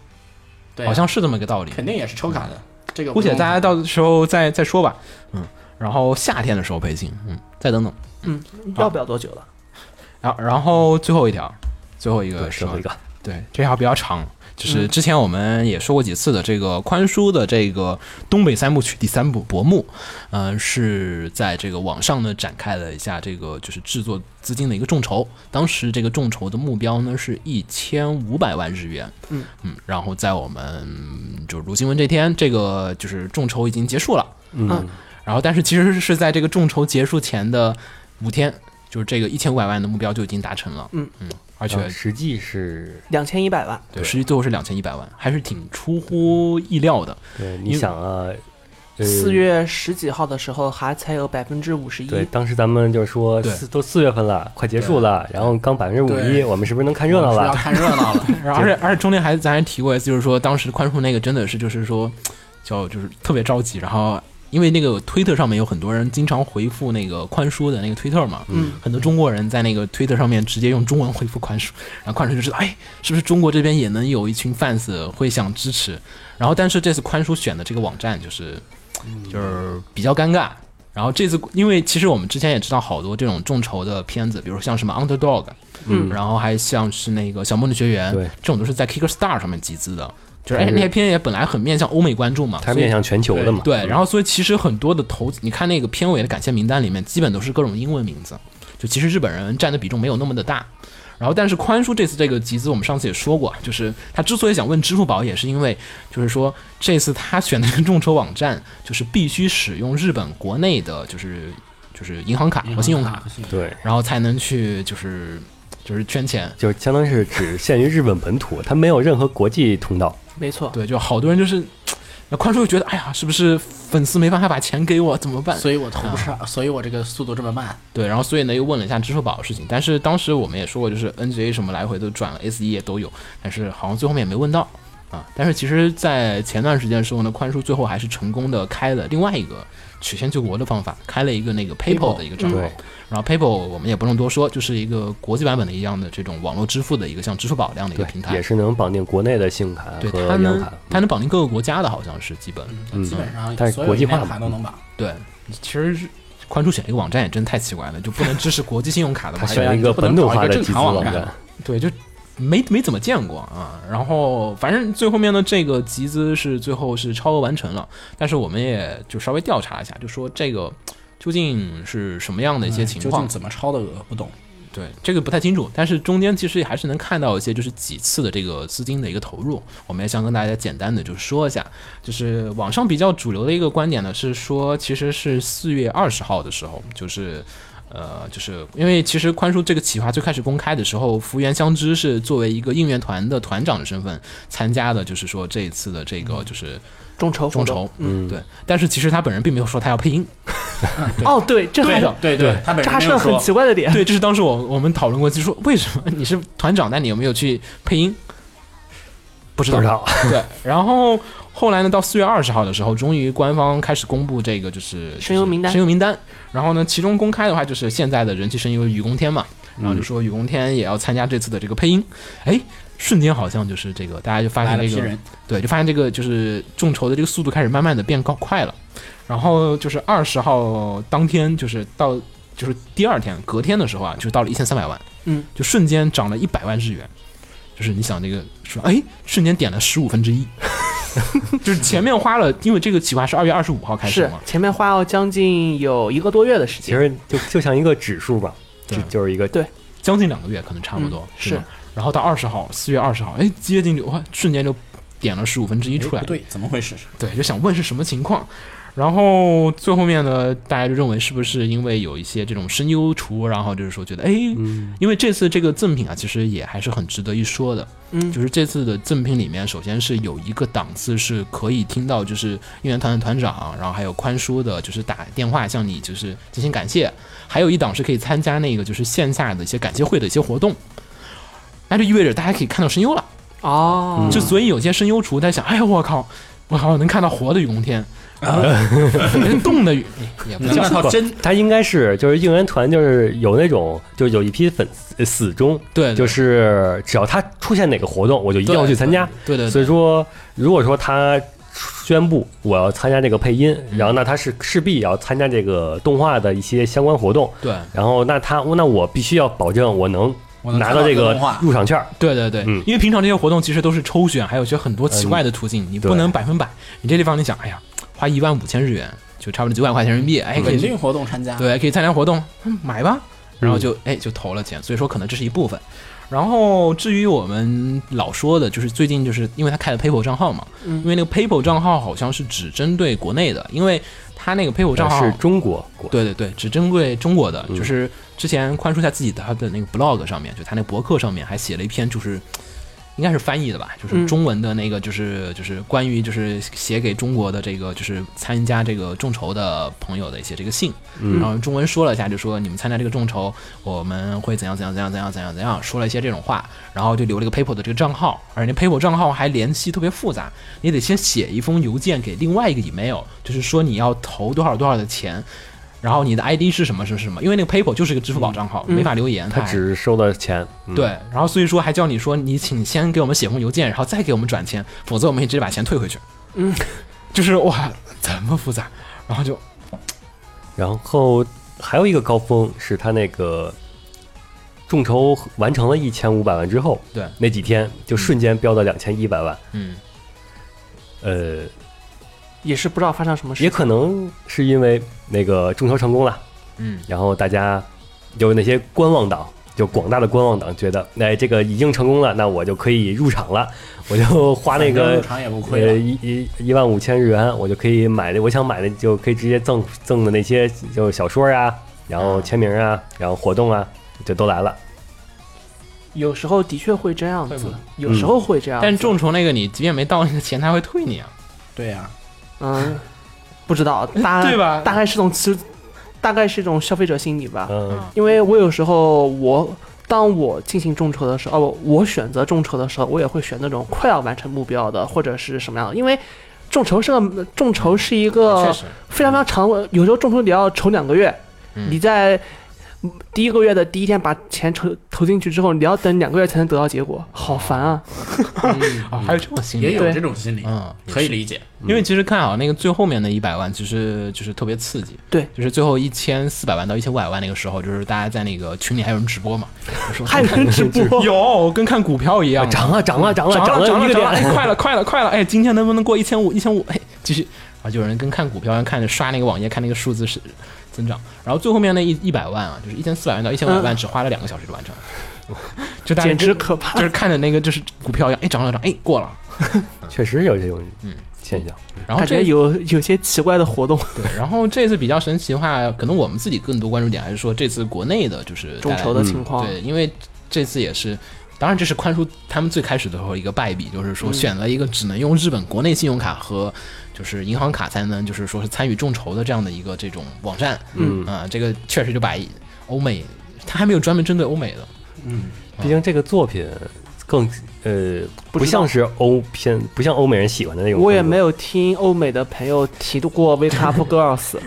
对啊，好像是这么个道理。肯定也是抽卡的。这个姑且不用啊大家到时候再再说吧，嗯，然后夏天的时候配镜，嗯，再等等。要不了多久了？然后然后最后一条，最后一个对，是最吧后一个对，这条比较长，嗯就是之前我们也说过几次的这个宽叔的这个东北三部曲第三部《薄暮》，呃，是在这个网上呢展开了一下这个就是制作资金的一个众筹，当时这个众筹的目标呢是一千五百万日元，嗯然后在我们就如新闻这天，这个就是众筹已经结束了，嗯嗯，然后但是其实是在这个众筹结束前的五天，就是这个一千五百万的目标就已经达成了，嗯嗯，而而且啊实际是，两千一百万，对，实际最后是两千一百万，还是挺出乎意料的。对，你想啊，呃四月十几号的时候还才有百分之五十对，一，当时咱们就是说对四都四月份了，快结束了，然后刚百分之五一，对我们是不是能看热闹是要了？看热闹 了。然后而且而且中间还咱还提过一次，就是说当时宽恕那个真的是就是说叫就是特别着急，然后因为那个推特上面有很多人经常回复那个宽叔的那个推特嘛，嗯，很多中国人在那个推特上面直接用中文回复宽恕，然后宽恕就知道，哎，是不是中国这边也能有一群 fans 会想支持？然后，但是这次宽叔选的这个网站就是，就是比较尴尬。然后这次，因为其实我们之前也知道好多这种众筹的片子，比如像什么 Underdog，嗯然后还像是那个小魔女学园，对这种都是在 Kickstarter 上面集资的，就是哎还是那些片也本来很面向欧美观众嘛，嗯它是所以面向全球的嘛？对，然后所以其实很多的投，你看那个片尾的感谢名单里面，基本都是各种英文名字，就其实日本人占的比重没有那么的大。然后，但是宽叔这次这个集资，我们上次也说过，就是他之所以想问支付宝，也是因为就是说这次他选的这个众筹网站，就是必须使用日本国内的，就是就是银行卡和信用卡，嗯对，然后才能去就是就是圈钱。就是相当于是只限于日本本土，它没有任何国际通道。没错，对，就好多人就是，那宽叔就觉得，哎呀，是不是粉丝没办法把钱给我，怎么办？所以我投不上，所以我这个速度这么慢。对，然后所以呢又问了一下支付宝的事情，但是当时我们也说过，就是 NGA 什么来回都转了，S 一也都有，但是好像最后面也没问到啊。但是其实，在前段时间的时候呢，宽叔最后还是成功的开了另外一个曲线救国的方法，开了一个那个 PayPal 的一个账号。对，然后 PayPal 我们也不用多说，就是一个国际版本的一样的这种网络支付的一个像支付宝这样的一个对平，也台。是能绑定国内的信用卡对，和它银行能卡。它能绑定各个国家的，好像是基本。嗯基本上它是所有国际银化行嘛卡都能绑。对，其实是宽叔选这个网站也真太奇怪了，就不能支持国际信用卡的他网站。选了一个本土化的集资网不能找一个正常网站站，对，就没没怎么见过啊。然后反正最后面呢，这个集资是最后是超额完成了，但是我们也就稍微调查一下，就说这个究竟是什么样的一些嗯情究况竟。怎么抄的，我不懂。对，这个不太清楚，但是中间其实还是能看到一些就是几次的这个资金的一个投入，我们也想跟大家简单的就是说一下，就是网上比较主流的一个观点呢是说，其实是四月二十号的时候，就是。呃，就是因为其实宽叔这个企划最开始公开的时候，福原香织是作为一个应援团的团长的身份参加的，就是说这一次的这个就是众筹活众动筹，嗯，对。但是其实他本人并没有说他要配音， 哦，对，这还对是对对，他本这人还没是有个很说，奇怪的点。对，这是当时我我们讨论过，就是说为什么你 是团长，但你有没有去配音？不知不道。知道，对，然后后来呢，到四月二十号的时候，终于官方开始公布这个就是声优名单声优名单。然后呢，其中公开的话就是现在的人气声优雨宫天嘛，然后就说雨宫天也要参加这次的这个配音。哎，瞬间好像就是这个，大家就发来现了这批个人，对，就发现这个就是众筹的这个速度开始慢慢的变高快了，然后就是二十号当天，就是到就是第二天隔天的时候啊，就到了一千三百万，嗯，就瞬间涨了一百万日元，就是你想这个说，哎，瞬间点了十五分之一， 就是前面花了，因为这个企划是二月二十五号开始是嘛，前面花了将近有一个多月的时其间，实就就像一个指数嘛，对就就是一个对将近两个月可能差不多，嗯对吧然后到二十号，四月二十号，哎，接近就哇，瞬间就点了十五分之一一出来了哎不。对，怎么回事？对，就想问是什么情况。然后最后面呢，大家就认为是不是因为有一些这种声优厨，然后就是说觉得，哎，因为这次这个赠品啊，其实也还是很值得一说的。嗯就是这次的赠品里面，首先是有一个档次是可以听到，就是应援团的团长，然后还有宽叔的，就是打电话向你就是进行感谢，还有一档是可以参加那个就是线下的一些感谢会的一些活动。那就意味着大家可以看到声优了。哦，就所以有些声优厨在想，哎呀，我靠，我靠，能看到活的雨宫天，啊 连动的雨 也不能叫看到真他应该是就是应援团，就是有那种就有一批粉丝呃死忠，对，对就是只要他出现哪个活动，我就一定要去参加。，对对所对以说，如果说他宣布我要参加这个配音，然后那他是势必也要参加这个动画的一些相关活动，对然后那他那我必须要保证我能我能拿到这看个动画入场券儿。对对对嗯，因为平常这些活动其实都是抽选，还有一些很多奇怪的途径，你不对能百分百，你这地方你想，哎呀，花一万五千日元就差不多九百块钱人民币，哎，可稳以定活动参加，对，可以参加活动，嗯买吧，然后嗯就哎就投了钱，所以说可能这是一部分。然后至于我们老说的，就是最近就是因为他开了 PayPal 账号嘛，嗯因为那个 PayPal 账号好像是只针对国内的，因为他那个 PayPal 账号呃是中国国对对对，只针对中国嗯的，就是之前宽叔在自己的他的那个 blog 上面，就他那博客上面还写了一篇，就是应该是翻译的吧，就是嗯中文的那个，就是就是关于就是写给中国的这个就是参加这个众筹的朋友的一些这个信，然后中文说了一下，就说你们参加这个众筹，我们会怎样怎样怎样怎样怎样怎样，说了一些这种话，然后就留了一个 PayPal 的这个账号，而且 PayPal 账号还联系特别复杂，你得先写一封邮件给另外一个 email，就是说你要投多少多少的钱。然后你的 ID 是什么是什么？因为那个 PayPal 就是一个支付宝账号，没法留言。他还只收到钱，嗯对，然后所以说还叫你说你请先给我们写封邮件，然后再给我们转钱，否则我们也直接把钱退回去。嗯，就是哇，怎么复杂？然后就然后还有一个高峰是他那个众筹完成了一千五百万之后，对那几天就瞬间飙到两千一百万。嗯，呃，也是不知道发生什么也事，可能是因为那个众筹成功了，嗯，然后大家有那些观望党，就广大的观望党觉得，哎，这个已经成功了，那我就可以入场了，我就花那反正入个场也不啊呃亏了，啊一一一万五千日元，我就可以买的，我想买的就可以直接赠赠的那些就小说呀、然后签名啊，然后活动啊，就都来了。有时候的确会这样会子吗，有时候会这样子。但是众筹那个你即便没到那个钱，他会退你啊，对呀，嗯，不知道，大 对吧大概是种其实大概是一种消费者心理吧。嗯啊，因为我有时候我当我进行众筹的时候，哦，我选择众筹的时候，我也会选那种快要完成目标的，或者是什么样的，因为。众筹是个众筹是一确个实，非常非常长的，有时候众筹你要筹两个月，嗯你在嗯第一个月的第一天把钱投投进去之后，你要等两个月才能得到结果，好烦啊！啊，还有这种心理，也有对这种心理，嗯，可以理。理解。因为其实看啊好那个最后面的一百万，其实就是特别刺激。对，就是最后一千四百万到一千五百万那个时候，就是大家在那个群里还有人直播嘛， 还有人直播，哦有跟看股票一样，涨了，涨了，涨了，涨了了涨一了个涨了，哎点。快了快了快了，哎，今天能不能过一千五一千五？哎，继续，啊，就有人跟看股票一样，看着刷那个网页，看那个数字是增长，然后最后面那一一百万啊，就是一千四百万到一千五百万，只花了两个小时就完成了，就大家简就直可怕 就。是看着那个就是股票一样，哎涨了涨，哎过了，确实有这种嗯现象。然后感这觉有有些奇怪的活动，对，然后这次比较神奇的话，可能我们自己更多关注点还是说这次国内的就是众带来筹的情况，对，因为这次也是，当然这是宽叔他们最开始的时候一个败笔，就是嗯说选了一个只能用日本国内信用卡和就是银行卡才能就是说是参与众筹的这样的一个这种网站，嗯啊、这个确实就把欧美，他还没有专门针对欧美的，毕竟这个作品更呃不不知道像是欧偏不像欧美人喜欢的那种风格。我也没有听欧美的朋友提过 Wake Up Girls，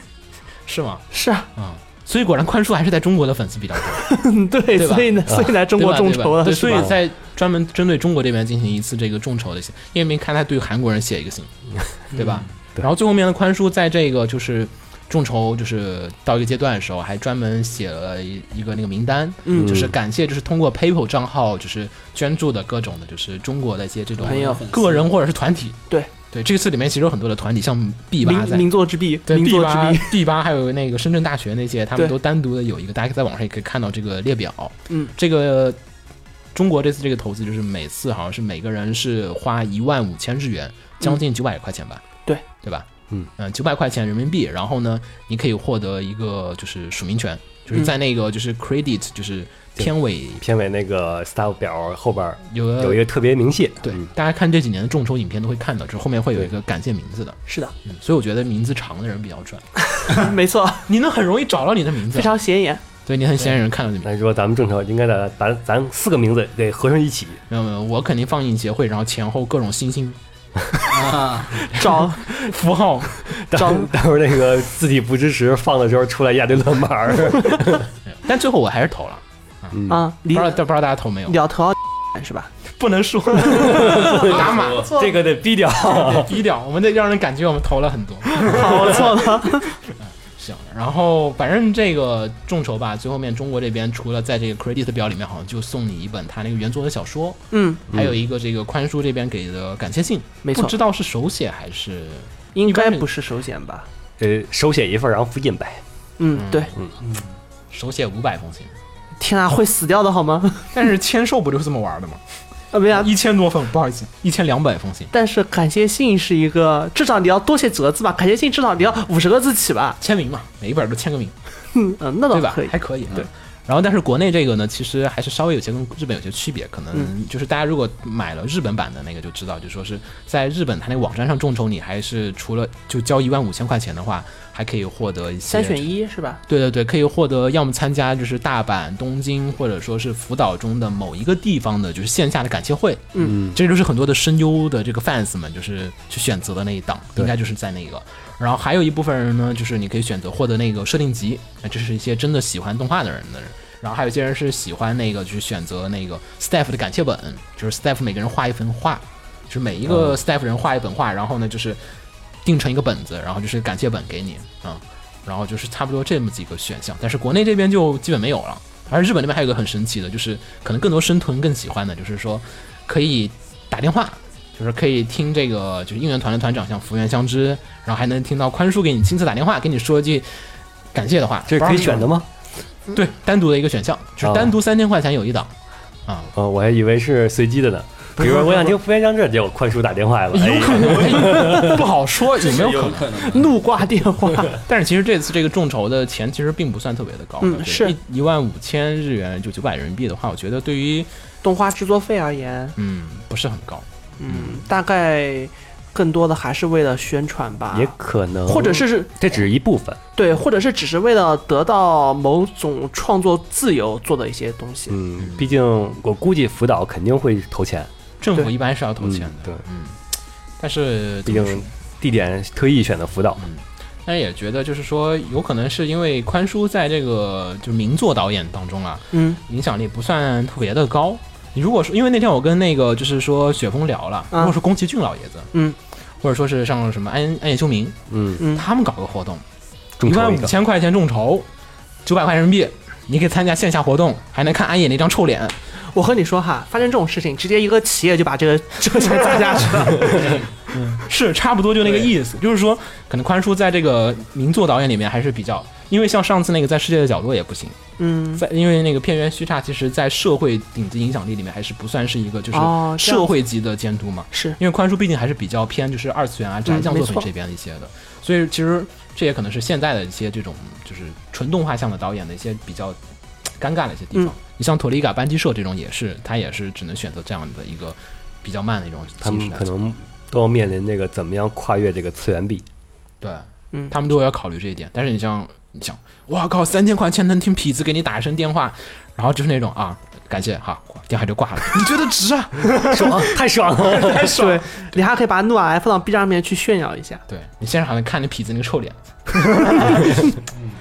是吗？是啊，啊、所以果然宽叔还是在中国的粉丝比较多， 对，吧啊所以呢，所以来中对国吧众筹了，对吧对，是所吧以在专门针对中国这边进行一次这个众筹的一些，因为没看他对韩国人写一 个信，对吧？嗯对然后最后面的宽叔在这个就是众筹就是到一个阶段的时候，还专门写了一一个那个名单，嗯就是感谢就是通过 PayPal 账号就是捐助的各种的就是中国的一些这种朋友个人或者是团体，对对，这次里面其实有很多的团体，像 B 八名在。名作之壁，对名 B 作之八 壁， B 八还有那个深圳大学那些，他们对都单独的有一个，大家在网上也可以看到这个列表。嗯，这个中国这次这个投资就是每次好像是每个人是花一万五千日元，将近九百块钱吧？对，嗯对吧？呃嗯九百块钱人民币，然后呢，你可以获得一个就是署名权，就是嗯在那个就是 credit 就是片尾片尾那个 staff 表后边有个有一个特别明细，呃对嗯，大家看这几年的众筹影片都会看到，就是后面会有一个感谢名字的，是的，嗯，所以我觉得名字长的人比较赚，没错，你能很容易找到你的名字非，常显眼。对你很显眼，人看到你的名字。那说咱们正常应该把把咱四个名字给合成一 起，没有没有，我肯定放映协会，然后前后各种星星啊，找 符号，到张到时候那个自己不支持放的时候出来一大堆乱码 儿。但最后我还是投了，嗯，啊，不李知道不知道大家投没有？聊头啊是吧？ 不能说打 码，这个得逼掉。得低调，我们得让人感觉我们投了很多。好，我错了。行，然后反正这个众筹吧，最后面中国这边除了在这个 credit 表里面，好像就送你一本他那个原作的小说，嗯，还有一个这个宽叔这边给的感谢信，没不错知，道是手写还是应一该般人不是手写吧？呃，手写一份，然后复印呗。嗯，对。手写五百封信，天啊，会死掉的好吗？ 但是签售不就是这么玩的吗？啊，没有啊。一千多封，不好意思，一千两百封信，但是感谢信是一个，至少你要多写几个字吧。感谢信至少你要五十个字起吧。签名嘛，每一本都签个名。嗯嗯，那倒对吧可以？还。可以，对。然后，但是国内这个呢，其实还是稍微有些跟日本有些区别，可能嗯就是大家如果买了日本版的那个就知道，就说是在日本它那个网站上众筹，你还是除了就交一万五千块钱的话，还可以获得一些三选，一是吧？ 对对对，可以获得要么参加就是大阪、东京或者说是福岛中的某一个地方的就是线下的感谢会，嗯，这就是很多的声优的这个 fans 们就是去选择的那一档，对应该就是在那个。然后还有一部分人呢，就是你可以选择获得那个设定集，那这是一些真的喜欢动画的人的人。然后还有一些人是喜欢那个，就是选择那个 staff 的感谢本，就是 staff 每个人画一份画，就是每一个 staff 人画一本画，然后呢就是定成一个本子，然后就是感谢本给你啊、嗯然后就是差不多这么几个选项。但是国内这边就基本没有了。而日本那边还有一个很神奇的，就是可能更多生豚更喜欢的，就是说可以打电话，就是可以听这个就是应援团的团长像福原相知，然后还能听到宽叔给你亲自打电话，跟你说一句感谢的话。这是可以选的吗？对，单独的一个选项，就是单独三千块钱有一档，啊，啊，我还以为是随机的呢。比如说，我想听福原将至，结果宽叔打电话来了。哎有可呀，能不好说有没有可有能。可能的？怒挂电 话，但是其实这次这个众筹的钱其实并不算特别的高，嗯对是一一万五千日元就九百人民币的话，我觉得对于动画制作费而言，嗯不是很高，嗯，大概更多的还是为了宣传吧，也可能，或者是这只是一部分。对，或者是只是为了得到某种创作自由做的一些东西。嗯，毕竟我估计福岛肯定会投钱，政府对一般是要投嗯钱的，对嗯，但是毕怎么说竟地点特意选的福岛。但是也觉得就是说，有可能是因为宽叔在这个就名作导演当中啊，嗯影响力不算特别的高。你如果说，因为那天我跟那个就是说雪峰聊了，啊如果说宫崎骏老爷子，嗯，或者说是像什么安安野秀明，嗯，嗯，他们搞个活动，众一筹万嗯一五个。千块钱众筹，九百块人民币，你可以参加线下活动，还能看安野那张臭脸。我和你说哈，发生这种事情，直接一个企业就把这个 这个钱砸下 去了。是差不多就那个意思，就是说，可能宽叔在这个名作导演里面还是比较，因为像上次那个在世界的角落也不行，嗯，在因为那个片源虚差，其实在社会顶级影响力里面还是不算是一个就是哦这样社会级的监督嘛， 是因为宽叔毕竟还是比较偏就是二次元啊、宅嗯向没作品错这边的一些的，所以其实这也可能是现在的一些这种就是纯动画向的导演的一些比较尴尬的一些地方。嗯你像托利嘎班机社这种也是，他也是只能选择这样的一个比较慢的一种他形式们来可做能都要面临那个怎么样跨越这个次元壁。对，嗯他们都要考虑这一点。但是你像你想，哇靠，三千块钱能听痞子给你打一声电话，然后就是那种啊，感谢哈，电话就挂了，你觉得值啊？爽，太爽了！对，你还可以把诺瓦 F 放到 B 站上面去炫耀一下。对你现在还能看那痞子那个臭脸，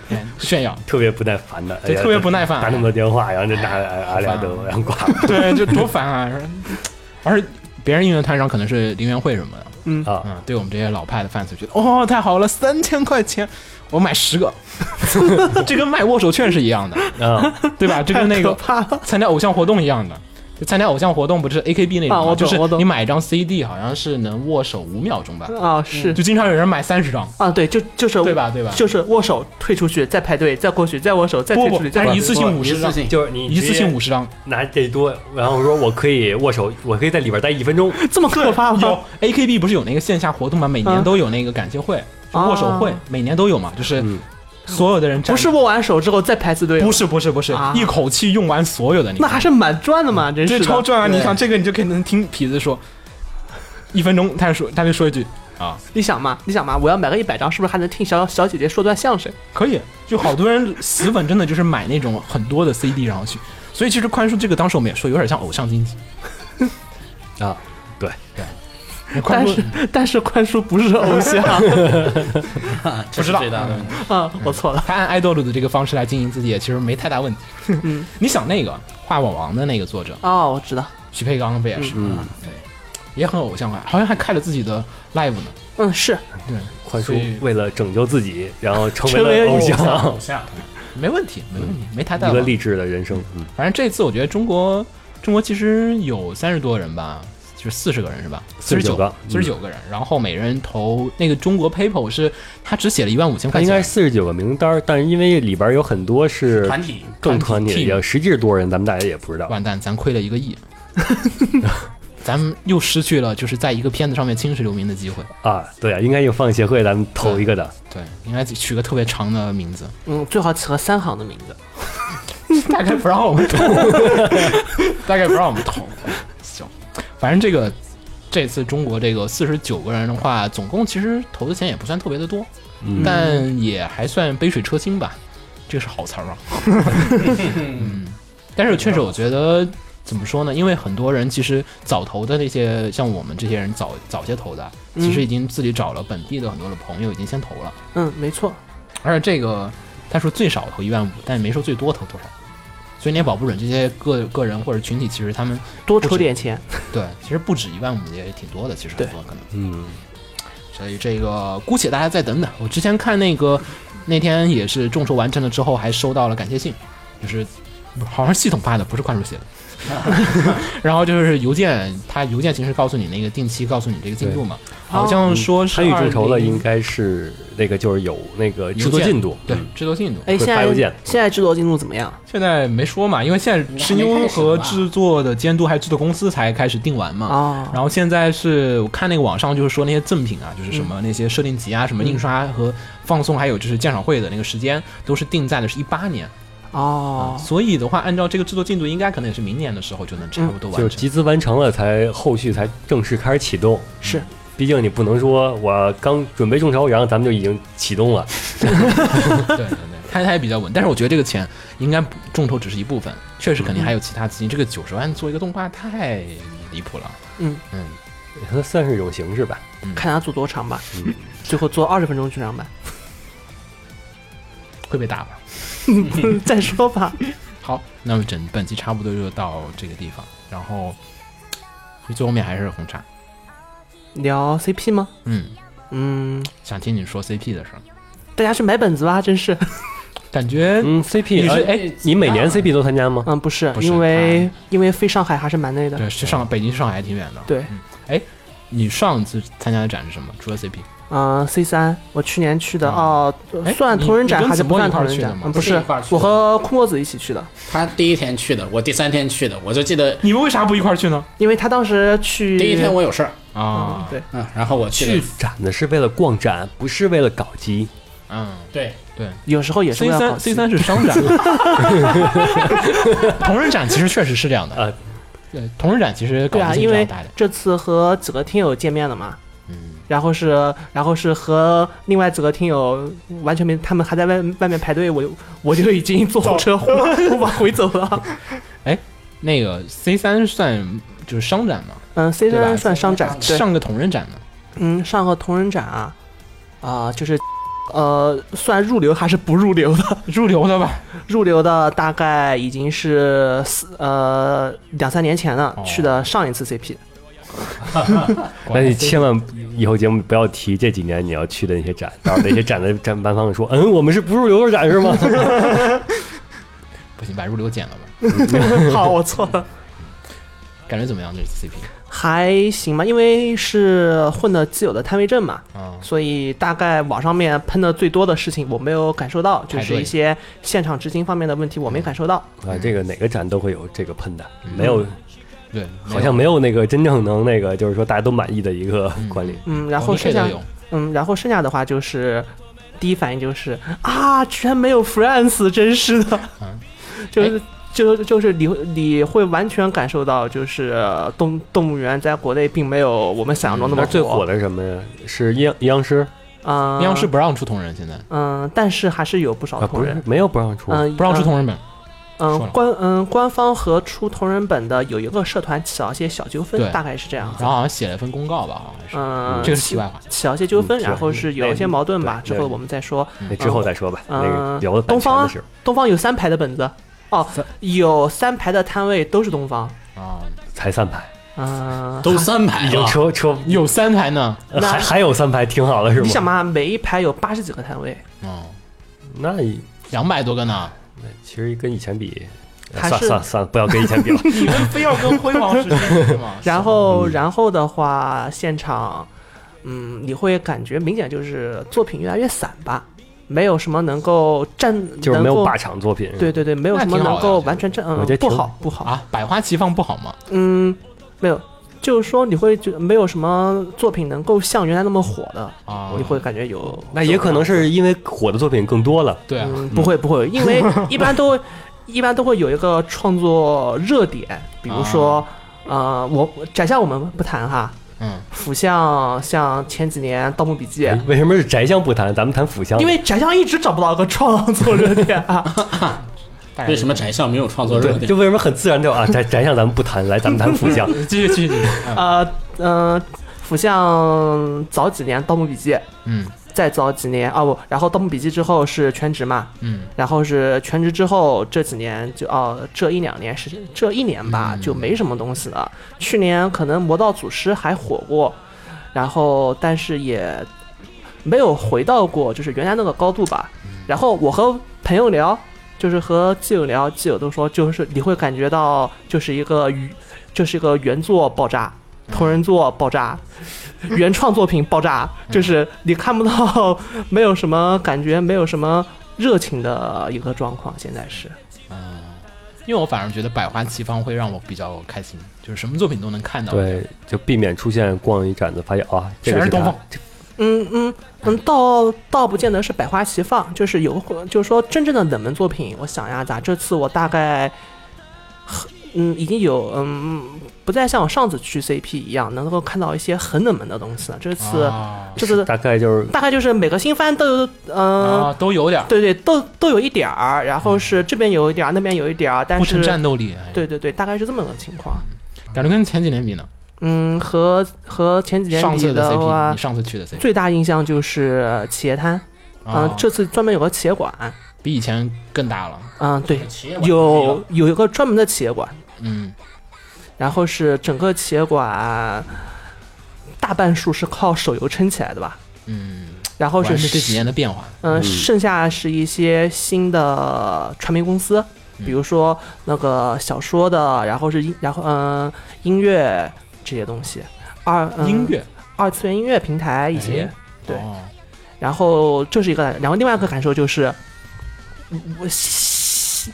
嗯炫耀，特别不耐烦的，对哎呀特别不耐烦啊打那么多电话，然后就打俺俩都然后挂 了对，就多烦啊！而别人应援团长可能是零元会什么的，啊！嗯，对我们这些老派的贩子觉得，哦，太好了，三千块钱，我买十 个，这跟卖握手券是一样的，啊，对吧？这跟那太可个怕 了，参加偶像活动一样的。就参加偶像活动不是 A K B 那种吗、啊我懂就是我懂你买一张 C D 好像是能握手五秒钟吧，啊是就经常有人买三十张，啊对，就就是嗯对吧？对吧？就是握手退出去，再排队，再过去，再握手，再退不出不去，，再但是排一队次性五一十次张，性就是你一次性五十十张，拿这多，然后说我可以握手，我可以在里边待一分钟。这么可怕吗？ A K B 不是有那个线下活动吗？每啊年都有那个感谢会、就握手会啊，每年都有嘛，就是嗯所有的人站不是握完手之后再排次队，不是不是不是、啊一口气用完所有的那个，那还是蛮赚的嘛，真是这的超赚啊！对你想这个你就可以能听痞子说，一分钟他就说他就说一句啊，你想嘛，你想嘛，我要买个一百张，是不是还能听小小姐姐说段相声？可以，啊就好多人死粉真的就是买那种很多的 CD 然后去，所以其实宽叔这个当时我们也说有点像偶像经 济啊，对对，宽但叔是 但是宽叔不是偶像 啊不知这是道最大的问题。啊，我错了。他按爱豆的这个方式来经营自己，也其实没太大问题。嗯， 你想那个画网王的那个作者哦，我知道，徐培刚不也是嗯吗？对，也很偶像化，好像还开了自己的 live 呢。嗯，是对，宽叔所以为了拯救自己，然后成成为为了偶像像偶，像，嗯没问题，没问题，没 太大嗯一个问题。励志的人生。嗯，反正这次我觉得中国中国其实有三十多人吧，就是四十个人是吧？四十49个嗯四十九个人，然后每人投那个中国 PayPal 是他只写了一万五千他块应该钱是，四十九个名单，但是因为里边有很多是团体更团嗯体的，团体也实际是多少人，咱们大家也不知道。完蛋，咱亏了一个亿。 咱们又失去了就是在一个片子上面青史留名的机会。啊，对啊，应该有放协会，咱们投一个的。对，应该取个特别长的名字，嗯，最好起个三行的名字。大概不让我们投，大概不让我们投。行，反正这个这次中国这个四十九个人的话，总共其实投的钱也不算特别的多，嗯但也还算杯水车薪吧，这个是好词儿啊。嗯，但是确实我觉得。怎么说呢？因为很多人其实早投的那些，像我们这些人早早些投的，其实已经自己找了本地的很多的朋友，已经先投了。嗯，没错，而且这个他说最少投一万五，但没说最多投多少，所以你也保不准这些个个人或者群体，其实他们多筹点钱。对其实不止一万五也挺多的，其实很对多可能。嗯，所以这个姑且大家再等等。我之前看那个那天也是众筹完成了之后，还收到了感谢信，就是好像是系统发的，不是宽叔写的。然后就是邮件，他邮件形式告诉你那个定期告诉你这个进度嘛，好像说嗯是参与众筹的20应该是那个，就是有那个邮制作件进度。对嗯制作进度。哎，会现发在邮件现在制作进度怎么样？现在没说嘛，因为现在还声没优开始和吧制作的监督还有制作公司才开始定完嘛。哦然后现在是我看那个网上就是说那些赠品啊，就是什么那些设定集啊、什么印刷和放送，还有就是鉴赏会的那个时间都是定在的是一八年、哦，所以的话，按照这个制作进度，应该可能也是明年的时候就能差不多完就是成。集资完成了，才后续才正式开始启动。是毕竟你不能说我刚准备众筹，然后咱们就已经启动了。 对对对，它它也比较稳，但是我觉得这个钱应该不众筹只是一部分，确实肯定还有其他资金。这个九十万做一个动画太离谱了，嗯嗯，它算是一种形式吧。看他做多长吧嗯，最后做二十分钟剧场版，会被打吧？嗯再说吧。好，那么整本期差不多就到这个地方，然后其实最后面还是红茶，聊 CP 吗？嗯，嗯，想听你说 CP 的事儿。大家去买本子吧，真是。感觉嗯，CP，你是呃哎你每年 CP 都参加吗？嗯，不是，不是因为因为飞上海还是蛮累的。对，是上北京上海挺远的。对，你上次参加的展是什么？除了 CP，嗯，C 三，我去年去的嗯哦，哎算同人你展你跟还是子不墨算一块同儿人去的展吗？嗯不不是是一块儿，去的我和裤墨子一起去的，他第一天去的，我第三天去的，我就记得你们为啥不一块儿去呢？因为他当时去第一天我有事儿，嗯啊，对，嗯，然后我去去的，展的是为了逛展，不是为了搞基。嗯，对，对。有时候也是 C 为了搞三 C 三是商展，同人展其实确实是这样的。呃对，同人展其实搞对啊，基因比较为大的。这次和几个听友见面了嘛，嗯，然后是然后是和另外几个听友完全没，他们还在外外面排队，我就我就已经坐火车往回走 了。那个 C 三算就是商展嘛，嗯，C 对吧三算商展，对，上个同人展嘛。嗯，上个同人展啊，啊，就是呃，算入流还是不入流的？入流的吧？入流的大概已经是四呃两三年前了，哦去的上一次 CP。 那你切千万以后节目不要提这几年你要去的那些展，到时候那些展的展办方说，嗯，我们是不入流的展是吗？ 不行，把入流剪了吧？好，我错了。感觉怎么样？这次 CP 还行吧，因为是混的基友的摊位证嘛，啊，所以大概网上面喷的最多的事情我没有感受到，就排是队一些现场执行方面的问题我没感受到。啊，这个哪个展都会有这个喷的，没有，对，好像没有那个真正能那个，就是说大家都满意的一个嗯管理。嗯，有然后这剩个下，有，嗯，然后剩下的话就是，第一反应就是啊，居然没有 Friends，真 是的嗯，就是。就就是你会你会完全感受到，就是呃动动物园在国内并没有我们想象中那那嗯么最火的是什么呀？是阴阳阴阳师啊，阴阳师不让出同人，现在嗯，但是还是有不少啊，同不人是，啊没有不让出，嗯，不让出同人本。嗯说了官嗯官方和出同人本的有一个社团起了些小纠纷对，大概是这样子然。后好像写了一份公告吧，好像是。嗯，这个是题外话。起了些纠纷，嗯然后是有一些矛盾吧，对之后我们再说。那之后再说吧。那个嗯聊的版东权方的啊事儿，东方有三排的本子，哦，有三排的摊位都是东方。啊，才三排，啊嗯，都三排已经了，车车有三排呢。呃那还还有三排，挺好的是你想吗？嘛，每一排有八十几个摊位，嗯，那也两百多个呢。那其实跟以前比，还算了是算了算了，不要跟以前比 了。你们非要跟辉煌时期是吗然嗯后然后的话，现场，嗯，你会感觉明显就是作品越来越散吧，没有什么能够占，就是没能有够霸场作品。对，对对，没有那什么挺好能的够我觉完全占，我嗯觉得，不挺好不好， 啊，百花齐放不好吗？嗯，没有，就是说你会觉得没有什么作品能够像原来那么火的，啊，你会感觉有，那也可能是因为火的作品更多了。对啊，嗯，不会不会，因为一般都一般都会有一个创作热点，比如说，呃，我展项我们不谈哈，嗯，腐像像前几年《盗墓笔记》哎为什么是宅相不谈，咱们谈腐相？啊因为展项一直找不到一个创作热点啊，大概为什么宅校没有创作热对，点就？为什么很自然就啊宅宅相咱们不谈，来咱们谈腐相。是继续继续继续？嗯呃呃，腐像早几年《盗墓笔记》，嗯再早几年哦不，然后《盗墓笔记》之后是全职嘛，嗯，然后是全职之后这几年就哦这一两年是这一年吧、嗯就没什么东西了。去年可能《魔道祖师》还火过，然后但是也没有回到过就是原来那个高度吧。嗯然后我和朋友聊，就是和基友聊，基友都说就是你会感觉到就是一个原就是一个原作爆炸。同人作 爆炸，原创作品爆炸，嗯就是你看不到，没有什么感觉，没有什么热情的一个状况，现在是。因为我反而觉得百花齐放会让我比较开心，就是什么作品都能看到。，对，就避免出现逛一展子发现啊，这个全是东他方，嗯嗯嗯，倒倒不见得是百花齐放，就是有，就是说真正的冷门作品，我想呀，咋这次我大概，嗯，已经有嗯，不再像我上次去 CP 一样，能够看到一些很冷门的东西了。这次、啊这次大概就是大概就是每个新番都有，嗯、啊，都有点儿对对，都都有一点儿，然后是这边有一点儿，那边有一点儿，但不成是战斗力。哎，对对对，大概是这么个情况。感觉跟前几年比呢，嗯，和和前几年上比次的 CP，话你，上次去的 CP，最大印象就是企业摊，嗯啊，，这次专门有个企业馆，比以前更大了。嗯，对，企业有嗯有一个专门的企业馆，嗯，然后是整个企业馆大半数是靠手游撑起来的吧。嗯，然后完哦是了这几年的变化，嗯，嗯剩下是一些新的传媒公司，比如说那个小说的，然后是音，然后嗯音乐这些东西，二、嗯、音乐二次元音乐平台一些，对哦然后这是一个感，然后另外一个感受就是，嗯我现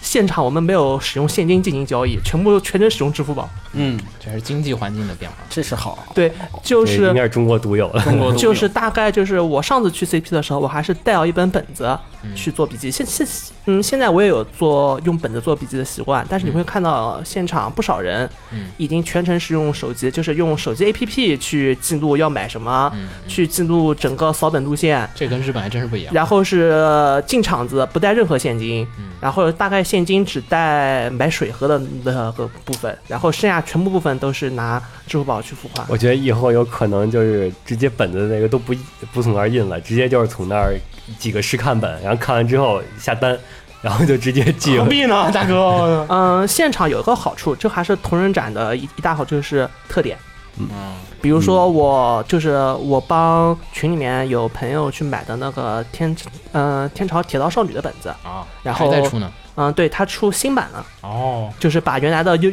现场我们没有使用现金进行交易，全部全程使用支付宝，嗯，这是经济环境的变化。这是好，对，就这应该是。是中国独有了。 中国独有就是大概就是我上次去 CP 的时候，我还是带了一本本子，去做笔记。现现嗯，现在我也有做用本子做笔记的习惯，但是你会看到现场不少人嗯已经全程是用手机，就是用手机 APP 去记录要买什么，嗯，嗯去记录整个扫本路线，这跟日本还真是不一样。然后是进场子不带任何现金，嗯然后大概现金只带买水喝的那个部分，然后剩下全部部分都是拿支付宝去付款。我觉得以后有可能就是直接本子那个都不不从那儿印了，直接就是从那儿几个试看本，然后看完之后下单，然后就直接寄何了。必呢，大哥？ 嗯，现场有一个好处，这还是同人展的一一大好处就是特点。嗯，比如说我就是我帮群里面有朋友去买的那个天，嗯、天朝铁道少女的本子，啊，然后还在出呢。嗯、对，它出新版了，哦，就是把原来的就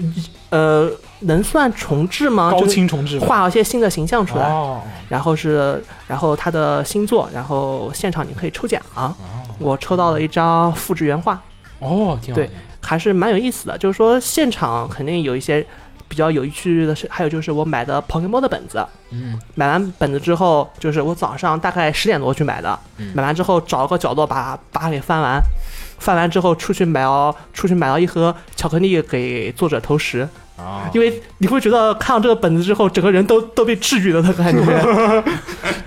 呃能算重置吗？高就是清重置版啊画了一些新的形象出来，哦，然后是然后它的新作，然后现场你可以抽奖、我抽到了一张复制原画，哦，挺好对还是蛮有意思的。就是说现场肯定有一些比较有趣的事，还有就是我买的 Pokemon 的本子，嗯，买完本子之后，就是我早上大概十点多去买的，嗯买完之后找个角落把把它给翻完，翻完之后出去买了出去买了一盒巧克力给作者投食，啊，因为你会觉得看到这个本子之后，整个人都都被治愈了的感觉。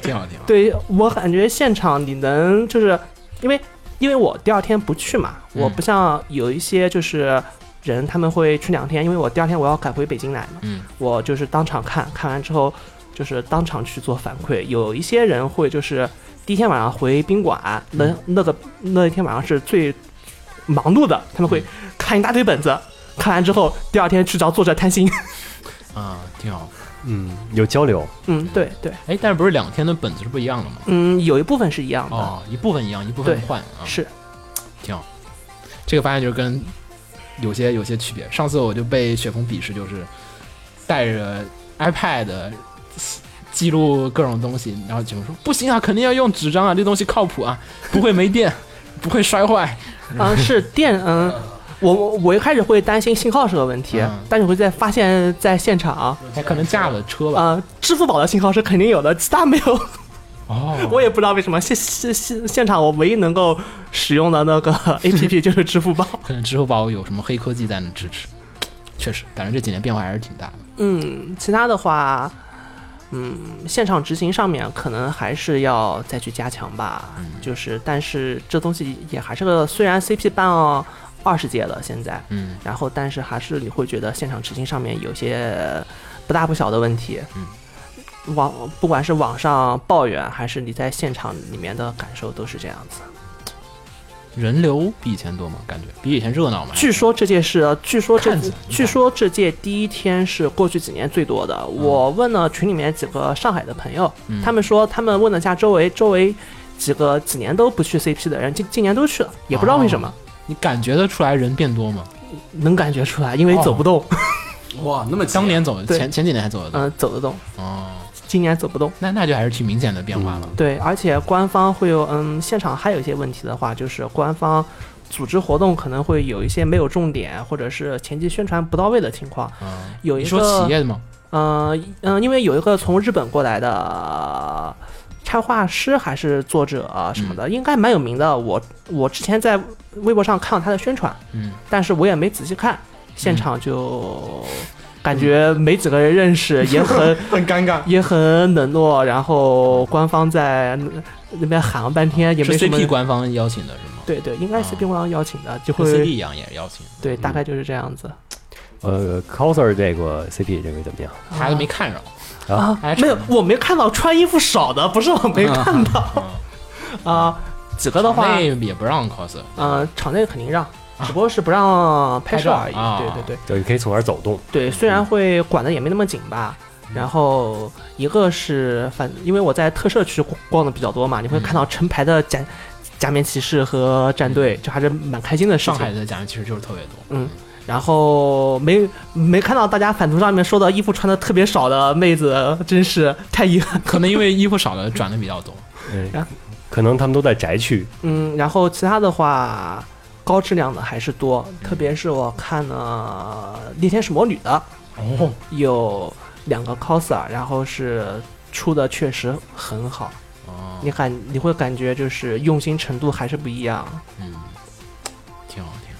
挺好，挺好。对我感觉现场你能就是因为因为我第二天不去嘛，嗯我不像有一些就是。人他们会去两天，因为我第二天我要赶回北京来嘛，嗯，我就是当场看看完之后，就是当场去做反馈。有一些人会就是第一天晚上回宾馆，那嗯那个那一天晚上是最忙碌的，他们会看一大堆本子，看完之后第二天去找作者谈心。 啊，挺好。嗯，有交流。嗯，对对，哎，但是不是两天的本子是不一样的吗？嗯，有一部分是一样的，哦，一部分一样，一部分对换啊。是这个发现就是跟有些有些区别。上次我就被雪峰鄙视，就是带着 iPad 记录各种东西，然后雪峰说不行啊，肯定要用纸张啊，这东西靠谱啊，不会没电， 不会摔坏。啊、是电 嗯。我我我一开始会担心信号是个问题，嗯但是我会在发现，在现场啊、还可能架了车吧？呃支付宝的信号是肯定有的，其他没有。啊哦，我也不知道为什么现现现现场我唯一能够使用的那 个 A P P 就是支付宝。可能支付宝有什么黑科技在那支持。确实，感觉这几年变化还是挺大的。嗯，其他的话，嗯，现场执行上面可能还是要再去加强吧。就是，但是这东西也还是个，虽然 C P 办了二十届了现在，嗯，然后但是还是你会觉得现场执行上面有些不大不小的问题。嗯网不管是网上抱怨，还是你在现场里面的感受，都是这样子。人流比以前多吗？感觉比以前热闹吗？据说这届是，呃据说这看起来据说这届第一天是过去几年最多的。嗯我问了群里面几个上海的朋友，他们说他们问了一下周围周围几个几年都不去 CP 的人，今今年都去了，也不知道为什么，你感觉得出来人变多吗？能感觉出来，因为哦走不动，哇，那么急啊当年走对前前几年还走得嗯、动走得动，哦，今年走不动。那那就还是挺明显的变化了。对，而且官方会有，嗯，现场还有一些问题的话，就是官方组织活动可能会有一些没有重点，或者是前期宣传不到位的情况。嗯，有一你个说企业的吗？嗯嗯，因为有一个从日本过来的呃插画师还是作者啊什嗯么的，应该蛮有名的。我我之前在微博上看到他的宣传，嗯，但是我也没仔细看，现场就感觉没几个人认识，也很很尴尬。也很冷落。然后官方在那边喊了半天，也是没什么。 CP 官方邀请的是吗？对对，应该啊 CP 官邀请的，就和 CP 会一样也邀请，对，大概就是这样子。呃，coser 这个 CP 这个怎么样？他都没看哎着。啊还，没有成，我没看到穿衣服少的，不是我没看到 啊。几个的话，那也不让 cos，呃，场内肯定让，只不过是不让拍摄而已。啊拍照啊对对对就你可以从那儿走动。对，虽然会管的也没那么紧吧，嗯然后一个是反，因为我在特摄区逛的比较多嘛，你会看到成排的假假面骑士和战队，就还是蛮开心的事上情。海的假面其实就是特别多，嗯然后没没看到大家反图上面说的衣服穿的特别少的妹子，真是太遗憾。 可能因为衣服少了，转的比较 多。哎可能他们都在宅区，嗯，然后其他的话，高质量的还是多，嗯特别是我看了《猎天使魔女》的，哦，有两个 coser，然后是出的确实很好，哦你感你会感觉就是用心程度还是不一样。嗯，挺好听。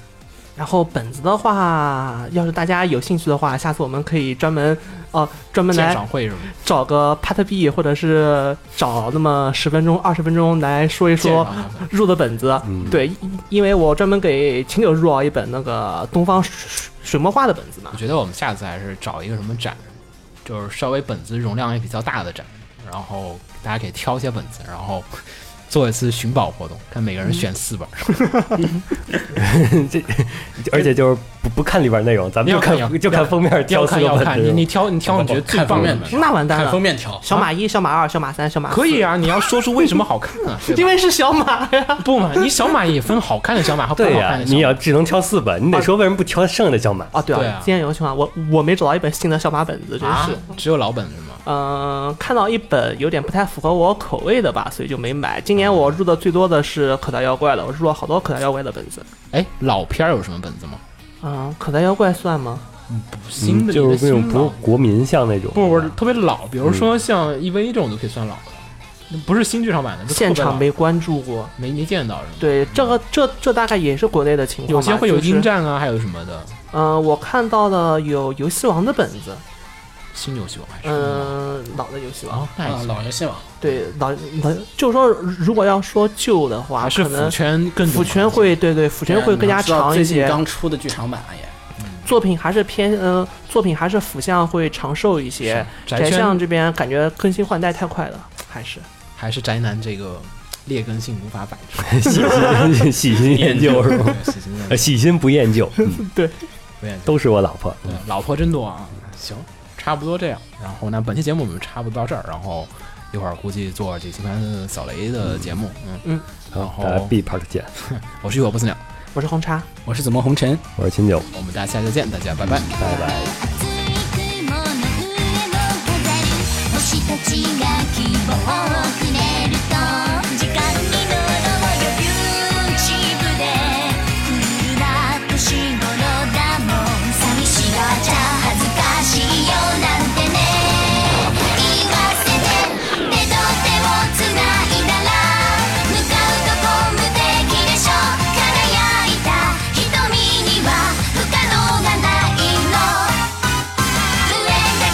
然后本子的话，要是大家有兴趣的话，下次我们可以专门哦、专门鉴来赏会是吗？找个 part B，或者是找那么十分钟、二十分钟来说一鉴说赏会入的本子。嗯，，对，因因为我专门给秦九入了一本那个东方水水水墨画的本子嘛我。觉得我们下次还是找一个什么展，就是稍微本子容量也比较大的展，然后大家可以挑一些本子，然后做一次寻宝活动，看每个人选四本。而且就是不不看里边内容，咱们就要看看就看封面挑 要四看个要本看，子你你挑你挑你觉得最看棒封的面吧， 那完蛋看封了，面挑。小马一、小马二、小马三、小马四可以，啊，你要说出为什么好看啊？对吧因为是小马 呀。不嘛，你小马也分好看的小马和不好对呀、看啊的小你马。要只能挑四本，你得说为什么不挑剩下的小马？哦，对对啊啊，今天有个情况，我我没找到一本新的小马本子，真啊是。，只有老本是吗？嗯、看到一本有点不太符合我口味的吧，所以就没买。今年我入的最多的是口袋妖怪了，我入了好多口袋妖怪的本子。哎，老片儿有什么本子吗？嗯，口袋妖怪算吗？新的嗯就你的是那种新不老是国民像那种，不不是特别老，比如说像 EVA 这种都可以算老的，那不是新剧场版的，就特别现老场没关注过。没没见到是吗？对，这个这这大概也是国内的情况有吧。些会有就是鹰战啊，还有什么的嗯、我看到的有游戏王的本子，新游戏王还是什么嗯、老的游戏的？王，哦，那也啊，行老游戏网对老老，就是说如果要说旧的话，还是可腐能圈更腐圈会对对腐圈会更加长一嗯最近些，刚出的剧场版啊也作品还是偏呃作品还是腐向会长寿一些，宅向圈这边感觉更新换代太快了，还是还是宅男这个劣根性无法摆脱， 喜新 喜新厌旧是吗？对喜新 厌呃旧喜新不厌旧， 嗯不厌旧都是我老婆。对，老婆真多啊。行，差不多这样。然后呢，本期节目我们差不多到这儿。然后一会儿估计做这星盘扫雷的节目。嗯，然好，后大家 B part 见，我是雨果不死鸟，我是红叉。我是怎么红尘？我是秦九，我们大家下期再见，大家拜拜。拜拜。熱い雲の上の飾り星たちが希望をくれると時間に乗ろうよビューチブで冬だって年頃だもん寂しがっちゃ恥ずかしいよなんてね言わせて手と手をつないだら向かうとこ無敵でしょ輝いた瞳には不可能がないの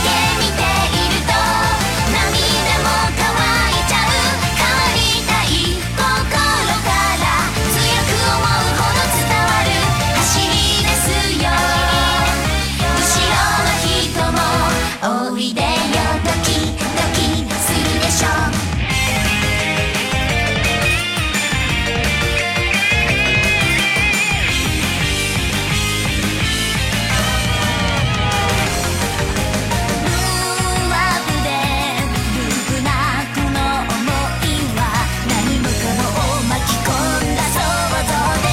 上だけ見ていると涙も乾いちゃう変わりたい心から強く思うほど伝わる走りですよ後ろの人もおいでよドキドキするでしょ「ルーアブでルークなこの想いは何もかもを巻き込んだ想像で」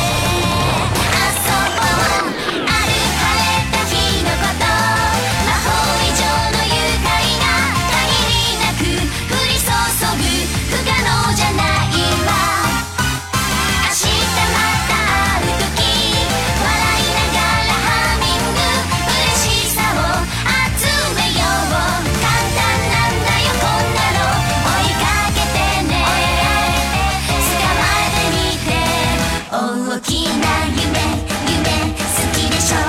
「あそこはある晴れた日のこと」「魔法以上の愉快が限りなく降り注ぐ不可能じゃないわ」明日また会う時笑いながらハミング嬉しさを集めよう簡単なんだよこんなの追いかけてね捕まえてみて大きな夢夢好きでしょ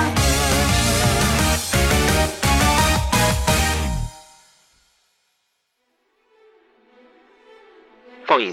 放映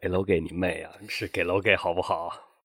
给楼给你妹啊！是给楼给好不好？